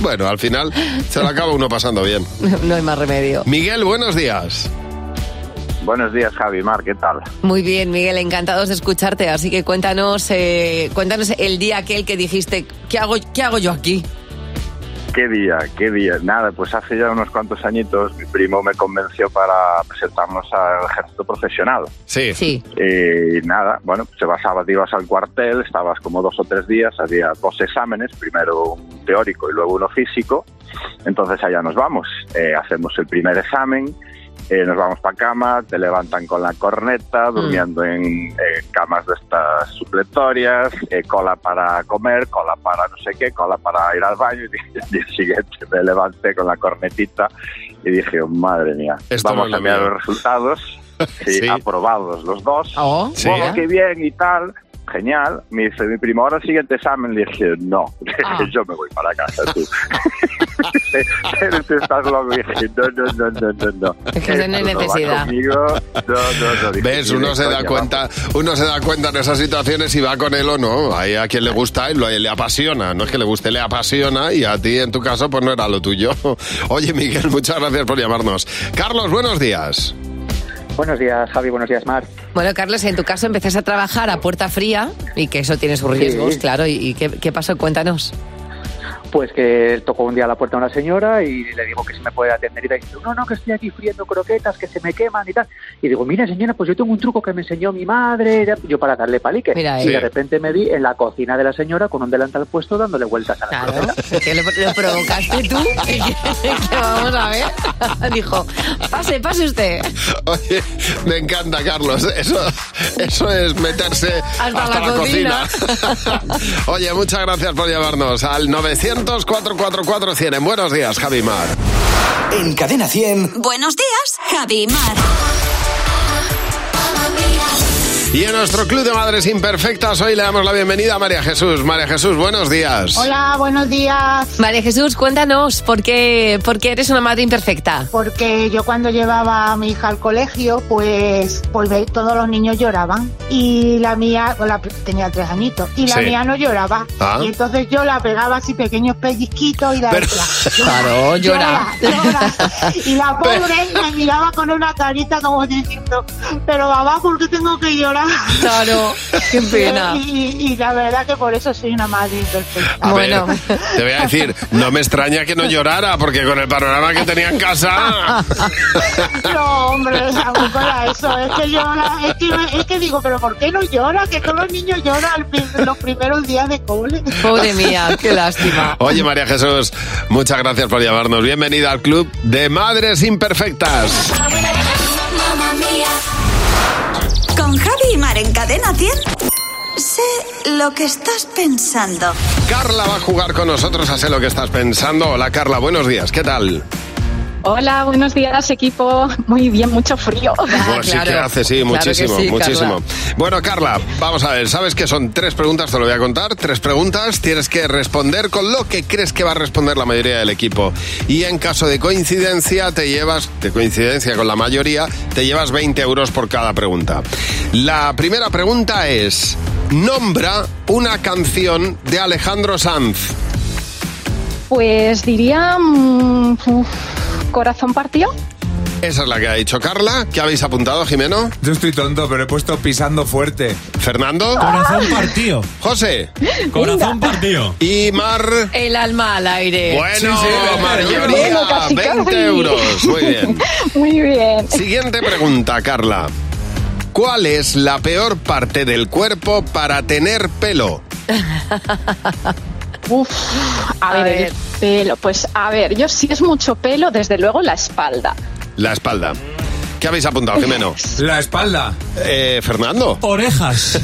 [SPEAKER 2] bueno, al final se lo acaba uno pasando bien.
[SPEAKER 3] No hay más remedio.
[SPEAKER 2] Miguel, buenos días.
[SPEAKER 7] Buenos días, Javi, Mar, ¿qué tal?
[SPEAKER 3] Muy bien, Miguel, encantados de escucharte. Así que cuéntanos, eh, cuéntanos el día aquel que dijiste, ¿qué hago, qué hago yo aquí?
[SPEAKER 7] ¿Qué día? ¿Qué día? Nada, pues hace ya unos cuantos añitos mi primo me convenció para presentarnos al ejército profesional.
[SPEAKER 2] Sí.
[SPEAKER 3] Sí.
[SPEAKER 7] Y nada, bueno, pues se basaba, te ibas al cuartel, estabas como dos o tres días, había dos exámenes, primero un teórico y luego uno físico. Entonces allá nos vamos, eh, hacemos el primer examen, eh, nos vamos para cama, te levantan con la
[SPEAKER 2] Mm.
[SPEAKER 7] corneta, durmiendo en eh, camas de estas supletorias, eh, cola para comer, cola para no sé qué, cola para ir al baño. Y al día siguiente me levanté con la cornetita y dije, "Oh, madre mía,
[SPEAKER 2] Esto no
[SPEAKER 7] vamos
[SPEAKER 2] es lo
[SPEAKER 7] a mirar
[SPEAKER 2] mío.
[SPEAKER 7] los resultados. Sí, aprobados los dos.
[SPEAKER 24] Ah,
[SPEAKER 3] Oh,
[SPEAKER 7] que
[SPEAKER 2] Sí, ¿eh?
[SPEAKER 7] qué bien y tal. Genial. Me dice mi primo, ahora el siguiente examen. Le dije, no, yo me voy para casa, tú. Pero tú estás loco. Y dije, no, no, no, no, no, no.
[SPEAKER 3] que no hay
[SPEAKER 7] Esto Eh, va
[SPEAKER 3] necesidad.
[SPEAKER 7] conmigo. No, no, no. Dije,
[SPEAKER 2] ¿Ves?
[SPEAKER 7] "Ni de
[SPEAKER 2] Uno se da
[SPEAKER 7] coña,
[SPEAKER 2] cuenta, uno se da cuenta en esas situaciones si va con él o no. Hay a quien le gusta y lo- le apasiona. No es que le guste, le apasiona y a ti en tu caso pues no era lo tuyo. Oye Miguel, muchas gracias por llamarnos. Carlos, buenos días.
[SPEAKER 10] Buenos días, Javi. Buenos días, Mar.
[SPEAKER 3] Bueno, Carlos, en tu caso empezaste a trabajar a puerta fría y que eso tiene sus riesgos,
[SPEAKER 10] Sí.
[SPEAKER 3] claro. ¿Y, y qué, qué pasó? Cuéntanos.
[SPEAKER 10] Pues que tocó un día a la puerta a una señora y le digo que si me puede atender y dice, no, no, que estoy aquí friendo croquetas, que se me queman y tal. Y digo, mira señora, pues yo tengo un truco que me enseñó mi madre, ya- yo para darle palique.
[SPEAKER 3] Mira ahí.
[SPEAKER 10] y de
[SPEAKER 3] Sí.
[SPEAKER 10] repente me vi en la cocina de la señora con un delantal puesto dándole vueltas a la
[SPEAKER 3] Claro, que lo, lo provocaste tú. ¿Qué quieres que vamos a ver? Dijo, pase, pase usted.
[SPEAKER 2] Oye, me encanta Carlos. Eso, eso es meterse hasta, la, cocina. Oye, muchas gracias por llamarnos al 900 444 100. En Buenos días, Javi Mar.
[SPEAKER 5] En Cadena 100.
[SPEAKER 1] Buenos días, Javi y Mar.
[SPEAKER 2] Y en nuestro Club de Madres Imperfectas hoy le damos la bienvenida a María Jesús. María Jesús, buenos días.
[SPEAKER 23] Hola, buenos días.
[SPEAKER 3] María Jesús, cuéntanos, ¿por qué, por qué eres una madre imperfecta?
[SPEAKER 23] Porque yo cuando llevaba a mi hija al colegio, pues, pues ve- todos los niños lloraban. Y la mía, bueno, la, tenía tres añitos, y la
[SPEAKER 3] Sí.
[SPEAKER 23] mía no lloraba.
[SPEAKER 3] Ah.
[SPEAKER 23] Y entonces yo la pegaba así pequeños pellizquitos y la decía,
[SPEAKER 3] Claro, llora.
[SPEAKER 23] Y la pobre me miraba con una carita como diciendo, pero mamá, ¿por qué tengo que llorar?
[SPEAKER 3] Claro, qué pena.
[SPEAKER 23] Y, y- y la verdad que por eso soy una madre imperfecta.
[SPEAKER 2] A ver, te voy a decir, no me extraña que no llorara, porque con el panorama que tenía en casa.
[SPEAKER 23] No, hombre, aún para eso. Es que llora, es que, es que digo, pero ¿por qué no llora? Que todos los niños lloran al prim- los primeros días de cole.
[SPEAKER 3] Pobre mía, qué lástima.
[SPEAKER 2] Oye, María Jesús, muchas gracias por llamarnos. Bienvenida al Club de Madres Imperfectas.
[SPEAKER 1] Con Javi y Mar en Cadena 100. Sé lo que estás pensando.
[SPEAKER 2] Carla va a jugar con nosotros a sé lo que estás pensando. Hola, Carla, buenos días, ¿qué tal?
[SPEAKER 24] Hola, buenos días equipo. Muy bien, mucho frío.
[SPEAKER 3] Ah,
[SPEAKER 2] Bueno, sí Ah, que hace, sí, muchísimo, muchísimo. Bueno, Carla, vamos a ver, sabes que son tres preguntas, te lo voy a contar, tres preguntas, tienes que responder con lo que crees que va a responder la mayoría del equipo. Y en caso de coincidencia, te llevas, de coincidencia con la mayoría, te llevas 20 euros por cada pregunta. La primera pregunta es, nombra una canción de Alejandro Sanz.
[SPEAKER 24] Pues diría mm, uf, corazón partido.
[SPEAKER 2] Esa es la que ha dicho Carla. ¿Qué habéis apuntado, Jimeno?
[SPEAKER 8] Yo estoy tonto, pero he puesto pisando fuerte.
[SPEAKER 2] ¿Fernando?
[SPEAKER 8] Corazón
[SPEAKER 2] partido. José.
[SPEAKER 8] Corazón
[SPEAKER 2] partido. Y Mar.
[SPEAKER 3] El alma al aire.
[SPEAKER 2] Bueno, mayoría,
[SPEAKER 24] Bueno, casi,
[SPEAKER 2] 20
[SPEAKER 24] casi.
[SPEAKER 2] euros. Muy bien.
[SPEAKER 24] Muy bien.
[SPEAKER 2] Siguiente pregunta, Carla. ¿Cuál es la peor parte del cuerpo para tener pelo?
[SPEAKER 24] Uf, a, ver, el pelo. Pues a ver, yo si es mucho pelo, desde luego la espalda.
[SPEAKER 2] La espalda. ¿Qué habéis apuntado, Jimeno?
[SPEAKER 8] La espalda.
[SPEAKER 2] Eh, Fernando.
[SPEAKER 4] Orejas.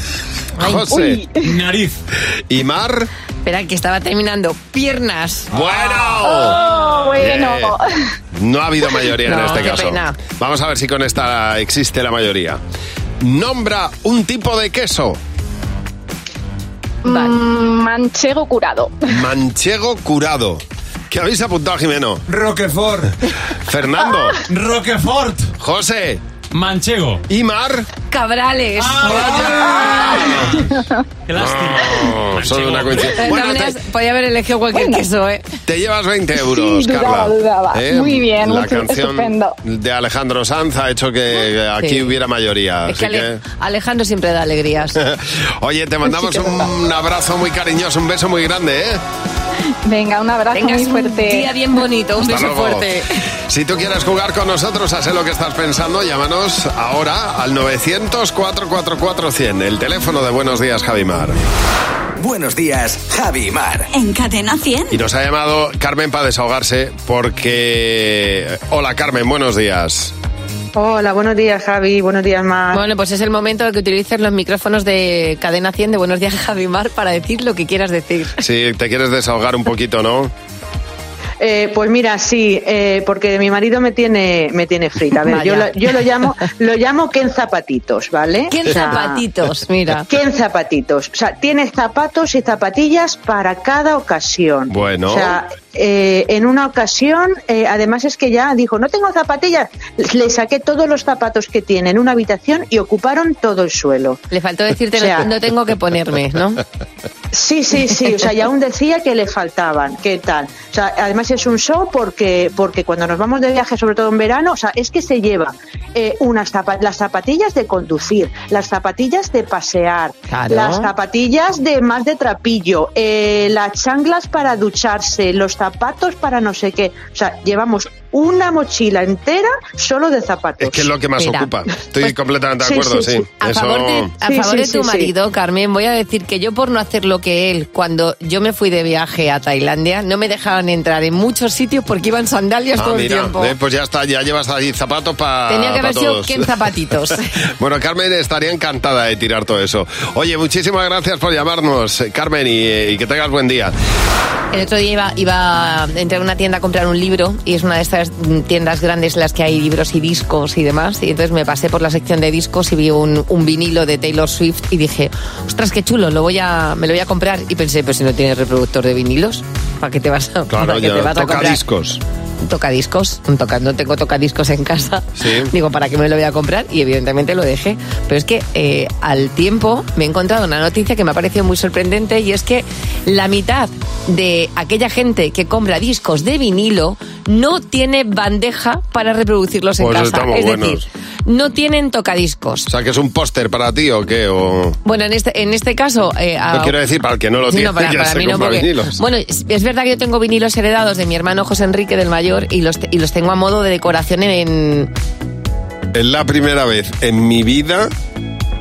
[SPEAKER 3] Ay,
[SPEAKER 2] José.
[SPEAKER 16] Nariz.
[SPEAKER 2] Y Mar.
[SPEAKER 3] Espera, que estaba terminando. Piernas. Ah.
[SPEAKER 2] Bueno.
[SPEAKER 24] Oh, bueno.
[SPEAKER 2] Bien. No ha habido mayoría en
[SPEAKER 3] No,
[SPEAKER 2] este
[SPEAKER 3] qué
[SPEAKER 2] caso.
[SPEAKER 3] pena.
[SPEAKER 2] Vamos a ver si con esta existe la mayoría. Nombra un tipo de queso.
[SPEAKER 24] Mm, Manchego curado.
[SPEAKER 2] Manchego curado. ¿Qué habéis apuntado, Jimeno?
[SPEAKER 8] Roquefort.
[SPEAKER 2] Fernando.
[SPEAKER 16] Roquefort.
[SPEAKER 2] José.
[SPEAKER 16] Manchego.
[SPEAKER 2] Y Mar.
[SPEAKER 3] Cabrales.
[SPEAKER 16] Qué lástima.
[SPEAKER 2] Oh, solo una coincidencia.
[SPEAKER 3] De todas
[SPEAKER 2] Bueno,
[SPEAKER 3] maneras, podía haber elegido cualquier queso, ¿eh?
[SPEAKER 2] Te llevas 20 euros,
[SPEAKER 24] Sí, dudaba,
[SPEAKER 2] Carla. Eh,
[SPEAKER 24] dudaba. Muy bien,
[SPEAKER 2] la
[SPEAKER 24] muy-
[SPEAKER 2] canción
[SPEAKER 24] estupendo.
[SPEAKER 2] de Alejandro Sanz ha hecho que aquí
[SPEAKER 3] Sí.
[SPEAKER 2] hubiera mayoría.
[SPEAKER 3] Es que,
[SPEAKER 2] así ¿Eh?
[SPEAKER 3] Ale- Alejandro siempre da alegrías.
[SPEAKER 2] que- Oye, te mandamos
[SPEAKER 3] Sí que es
[SPEAKER 2] un abrazo muy cariñoso, un beso muy grande, ¿eh?
[SPEAKER 24] Venga, un abrazo muy fuerte.
[SPEAKER 3] Un día bien bonito, un
[SPEAKER 2] Hasta
[SPEAKER 3] beso
[SPEAKER 2] luego.
[SPEAKER 3] fuerte.
[SPEAKER 2] Si tú quieres jugar con nosotros, haz lo que estás pensando, llámanos ahora al 900-444-100, el teléfono de Buenos Días, Javimar.
[SPEAKER 5] Buenos días, Javi Mar.
[SPEAKER 1] En Cadena 100.
[SPEAKER 2] Y nos ha llamado Carmen para desahogarse porque... Hola, Carmen, buenos días.
[SPEAKER 9] Hola, buenos días, Javi. Buenos días, Mar.
[SPEAKER 3] Bueno, pues es el momento de que utilices los micrófonos de Cadena 100 de Buenos Días, Javimar, para decir lo que quieras decir.
[SPEAKER 2] Sí, te quieres desahogar un poquito, ¿no?
[SPEAKER 9] Eh, pues mira, sí, eh, porque mi marido me tiene, Eh, me tiene frita. A ver,
[SPEAKER 3] Vaya.
[SPEAKER 9] yo, lo- yo lo llamo, lo llamo Ken zapatitos, ¿vale?
[SPEAKER 3] ¿Quién zapatitos? Mira.
[SPEAKER 9] Ken zapatitos. O sea, tiene zapatos y zapatillas para cada ocasión.
[SPEAKER 2] Bueno.
[SPEAKER 9] O sea, eh, en una ocasión, eh, además es que ya dijo, no tengo zapatillas. Le saqué todos los zapatos que tiene en una habitación y ocuparon todo el suelo.
[SPEAKER 3] Le faltó decirte,
[SPEAKER 9] O sea-
[SPEAKER 3] no, no tengo que ponerme, ¿no?
[SPEAKER 9] Sí, sí, sí. O sea, y aún decía que le faltaban. ¿Qué tal? O sea, además es un show porque, porque cuando nos vamos de viaje, sobre todo en verano, o sea, es que se lleva eh, unas zapa- las zapatillas de conducir, las zapatillas de pasear,
[SPEAKER 3] Claro.
[SPEAKER 9] las zapatillas de más de trapillo, eh, las changlas para ducharse, los zapatos para no sé qué. O sea, llevamos una mochila entera solo de zapatos.
[SPEAKER 2] Es que es lo que más
[SPEAKER 9] Mira.
[SPEAKER 2] ocupa.
[SPEAKER 3] pues
[SPEAKER 2] Estoy completamente de
[SPEAKER 9] sí,
[SPEAKER 2] acuerdo, sí.
[SPEAKER 9] sí, sí.
[SPEAKER 3] A
[SPEAKER 2] Eso-
[SPEAKER 3] favor de, a
[SPEAKER 9] Sí,
[SPEAKER 3] favor
[SPEAKER 9] sí,
[SPEAKER 3] de tu
[SPEAKER 9] sí, sí.
[SPEAKER 3] marido, Carmen, voy a decir que yo por no hacer lo que él, cuando yo me fui de viaje a Tailandia, no me dejaban entrar en muchos sitios porque iban sandalias
[SPEAKER 2] Ah,
[SPEAKER 3] todo
[SPEAKER 2] mira, ah,
[SPEAKER 3] el tiempo.
[SPEAKER 2] eh, pues ya está, ya llevas allí zapatos para.
[SPEAKER 3] Tenía que haber sido 15 zapatitos.
[SPEAKER 2] bueno, Carmen estaría encantada de tirar todo eso. Oye, muchísimas gracias por llamarnos, eh, Carmen, y, eh, y que tengas buen día.
[SPEAKER 3] El otro día iba, iba a entrar a una tienda a comprar un libro y es una de estas mm, tiendas grandes en las que hay libros y discos y demás. Y entonces me pasé por la sección de discos y vi un, un vinilo de Taylor Swift y dije, ostras, qué chulo, lo voy a, me lo voy a comprar. Y pensé, pues si no tienes reproductor de vinilos, ¿para qué te vas a, para qué
[SPEAKER 2] ya,
[SPEAKER 3] te vas a
[SPEAKER 2] toca
[SPEAKER 3] comprar?
[SPEAKER 2] discos.
[SPEAKER 3] un tocadiscos, un toca- no tengo tocadiscos en casa.
[SPEAKER 2] Sí.
[SPEAKER 3] Digo, ¿para qué me lo voy a comprar? Y evidentemente lo dejé. Pero es que eh, al tiempo me he encontrado una noticia que me ha parecido muy sorprendente y es que la mitad de aquella gente que compra discos de vinilo no tiene bandeja para reproducirlos en
[SPEAKER 2] Pues
[SPEAKER 3] casa.
[SPEAKER 2] estamos
[SPEAKER 3] Es
[SPEAKER 2] buenos.
[SPEAKER 3] decir, pues- no tienen tocadiscos.
[SPEAKER 2] O sea, que es un póster para ti o qué? O...
[SPEAKER 3] Bueno, en este, en este caso... eh, a-
[SPEAKER 2] No quiero decir para el que no lo
[SPEAKER 3] Sí,
[SPEAKER 2] tiene,
[SPEAKER 3] no, para,
[SPEAKER 2] que
[SPEAKER 3] para
[SPEAKER 2] se
[SPEAKER 3] mí no,
[SPEAKER 2] compra
[SPEAKER 3] porque-
[SPEAKER 2] vinilos.
[SPEAKER 3] Bueno, es, es verdad que yo tengo vinilos heredados de mi hermano José Enrique del Mayor y los, te- y los tengo a modo de decoración en...
[SPEAKER 2] Es la primera vez en mi vida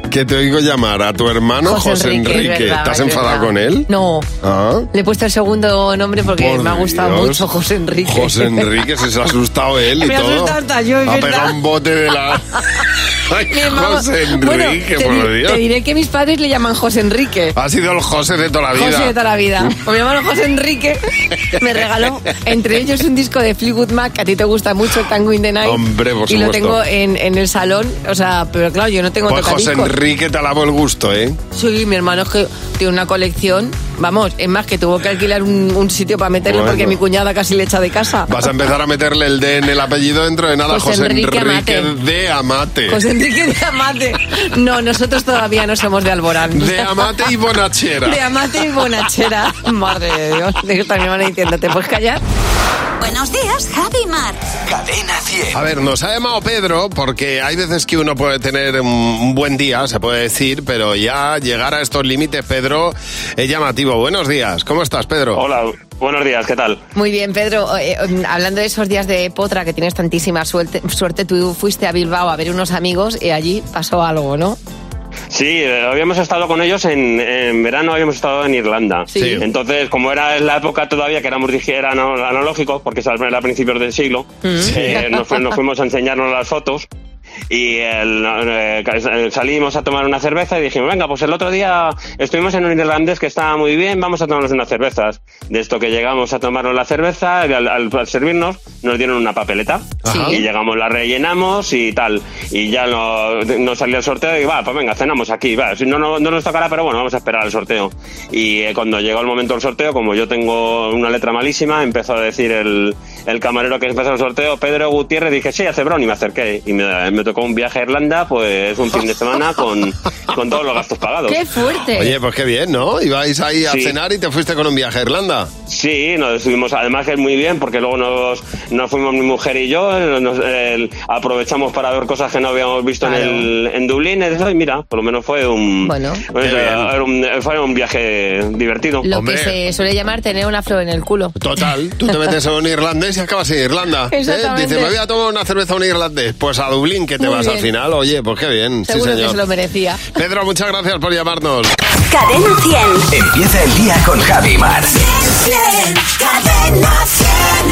[SPEAKER 2] que te oigo llamar a tu hermano José, Enrique.
[SPEAKER 3] es verdad,
[SPEAKER 2] ¿Estás
[SPEAKER 3] es
[SPEAKER 2] enfadado
[SPEAKER 3] verdad.
[SPEAKER 2] con él?
[SPEAKER 3] No.
[SPEAKER 2] Ah.
[SPEAKER 3] Le he puesto el segundo nombre porque
[SPEAKER 2] Por
[SPEAKER 3] me ha gustado
[SPEAKER 2] Dios.
[SPEAKER 3] mucho José Enrique.
[SPEAKER 2] José Enrique, se ha asustado él y
[SPEAKER 3] Me ha
[SPEAKER 2] todo.
[SPEAKER 3] asustado hasta yo, es
[SPEAKER 2] ha
[SPEAKER 3] verdad.
[SPEAKER 2] pegado un bote de la. Ay,
[SPEAKER 3] Mi hermano-
[SPEAKER 2] José
[SPEAKER 3] Bueno,
[SPEAKER 2] Enrique,
[SPEAKER 3] te
[SPEAKER 2] por
[SPEAKER 3] di-
[SPEAKER 2] Dios.
[SPEAKER 3] Te diré que mis padres le llaman José Enrique.
[SPEAKER 2] Ha sido el José de toda la vida.
[SPEAKER 3] José de toda la vida. O mi hermano José Enrique me regaló, entre ellos, un disco de Fleetwood Mac, que a ti te gusta mucho, Tango in the Night.
[SPEAKER 2] Hombre, por
[SPEAKER 3] Y lo
[SPEAKER 2] supuesto.
[SPEAKER 3] tengo en, en el salón, o sea, pero claro, yo no tengo
[SPEAKER 2] Pues José
[SPEAKER 3] tocadiscos.
[SPEAKER 2] Enrique te alabo el gusto, ¿eh?
[SPEAKER 3] Sí, mi hermano es que tiene una colección, vamos, es más que tuvo que alquilar un, un sitio para meterlo
[SPEAKER 2] Bueno.
[SPEAKER 3] porque mi cuñada casi le echa de casa.
[SPEAKER 2] Vas a empezar a meterle el D en el apellido dentro de nada.
[SPEAKER 3] José
[SPEAKER 2] José,
[SPEAKER 3] Enrique
[SPEAKER 2] Enrique,
[SPEAKER 3] Amate.
[SPEAKER 2] de Amate.
[SPEAKER 3] José Enrique de Amate. No, nosotros todavía no somos de Alborán.
[SPEAKER 2] De Amate y Bonachera.
[SPEAKER 3] De Amate y Bonachera. Madre de Dios, está mi hermana diciendo, ¿te puedes callar?
[SPEAKER 1] Buenos días, Javi Mar.
[SPEAKER 5] Cadena 100.
[SPEAKER 2] A ver, nos ha llamado Pedro porque hay veces que uno puede tener un- un buen día, se puede decir, pero ya llegar a estos límites, Pedro, es llamativo. Buenos días, ¿cómo estás, Pedro?
[SPEAKER 11] Hola, buenos días, ¿qué tal?
[SPEAKER 3] Muy bien, Pedro. Eh, eh, hablando de esos días de potra que tienes tantísima suerte, suerte, tú fuiste a Bilbao a ver unos amigos y allí pasó algo, ¿no?
[SPEAKER 11] Sí, eh, habíamos estado con ellos en, en verano, habíamos estado en Irlanda.
[SPEAKER 3] Sí.
[SPEAKER 11] Entonces, como era en la época todavía que éramos dijera ano- analógicos, porque esa era a principios del siglo,
[SPEAKER 13] Mm.
[SPEAKER 11] eh, nos, fu- nos fuimos a enseñarnos las fotos. Y el- eh, salimos a tomar una cerveza y dijimos, venga, pues el otro día estuvimos en un irlandés que estaba muy bien, vamos a tomarnos unas cervezas. De esto que llegamos a tomarnos la cerveza, y al, al- al servirnos nos dieron una papeleta. Y llegamos, la rellenamos y tal. Y ya no, no salió el sorteo y va, pues venga, cenamos aquí. Va. Si No, no, no nos tocará, pero bueno, vamos a esperar al sorteo. Y eh, cuando llegó el momento del sorteo, como yo tengo una letra malísima, empezó a decir el, el camarero que empezó el sorteo, Pedro Gutiérrez, dije, sí, hace bron y me acerqué. Y me, me tocó un viaje a Irlanda, pues un fin de semana con, con todos los gastos pagados.
[SPEAKER 20] ¡Qué fuerte!
[SPEAKER 2] Oye, pues qué bien, ¿no? Ibais ahí a
[SPEAKER 11] Sí.
[SPEAKER 2] cenar y te fuiste con un viaje a Irlanda.
[SPEAKER 11] Sí, nos estuvimos, además que es muy bien, porque luego nos, nos fuimos mi mujer y yo, nos, eh, aprovechamos para ver cosas que no habíamos visto en, el, en Dublín, eso, y mira, por lo menos fue un,
[SPEAKER 3] Bueno.
[SPEAKER 11] fue- era un- fue un viaje divertido.
[SPEAKER 3] Lo que se suele llamar tener una flor en el culo.
[SPEAKER 2] Total, Tú te metes a un irlandés y acabas en Irlanda. ¿eh?
[SPEAKER 3] Exactamente.
[SPEAKER 2] Dice, me voy a tomar una cerveza a un irlandés. Pues a Dublín que te
[SPEAKER 3] Muy
[SPEAKER 2] vas al
[SPEAKER 3] bien.
[SPEAKER 2] final. Oye, pues qué bien.
[SPEAKER 3] Seguro
[SPEAKER 2] sí,
[SPEAKER 3] que
[SPEAKER 2] señor.
[SPEAKER 3] se lo merecía.
[SPEAKER 2] Pedro, muchas gracias por llamarnos.
[SPEAKER 1] Cadena 100.
[SPEAKER 5] Empieza el día con Javi Mar.
[SPEAKER 1] Cadena 100.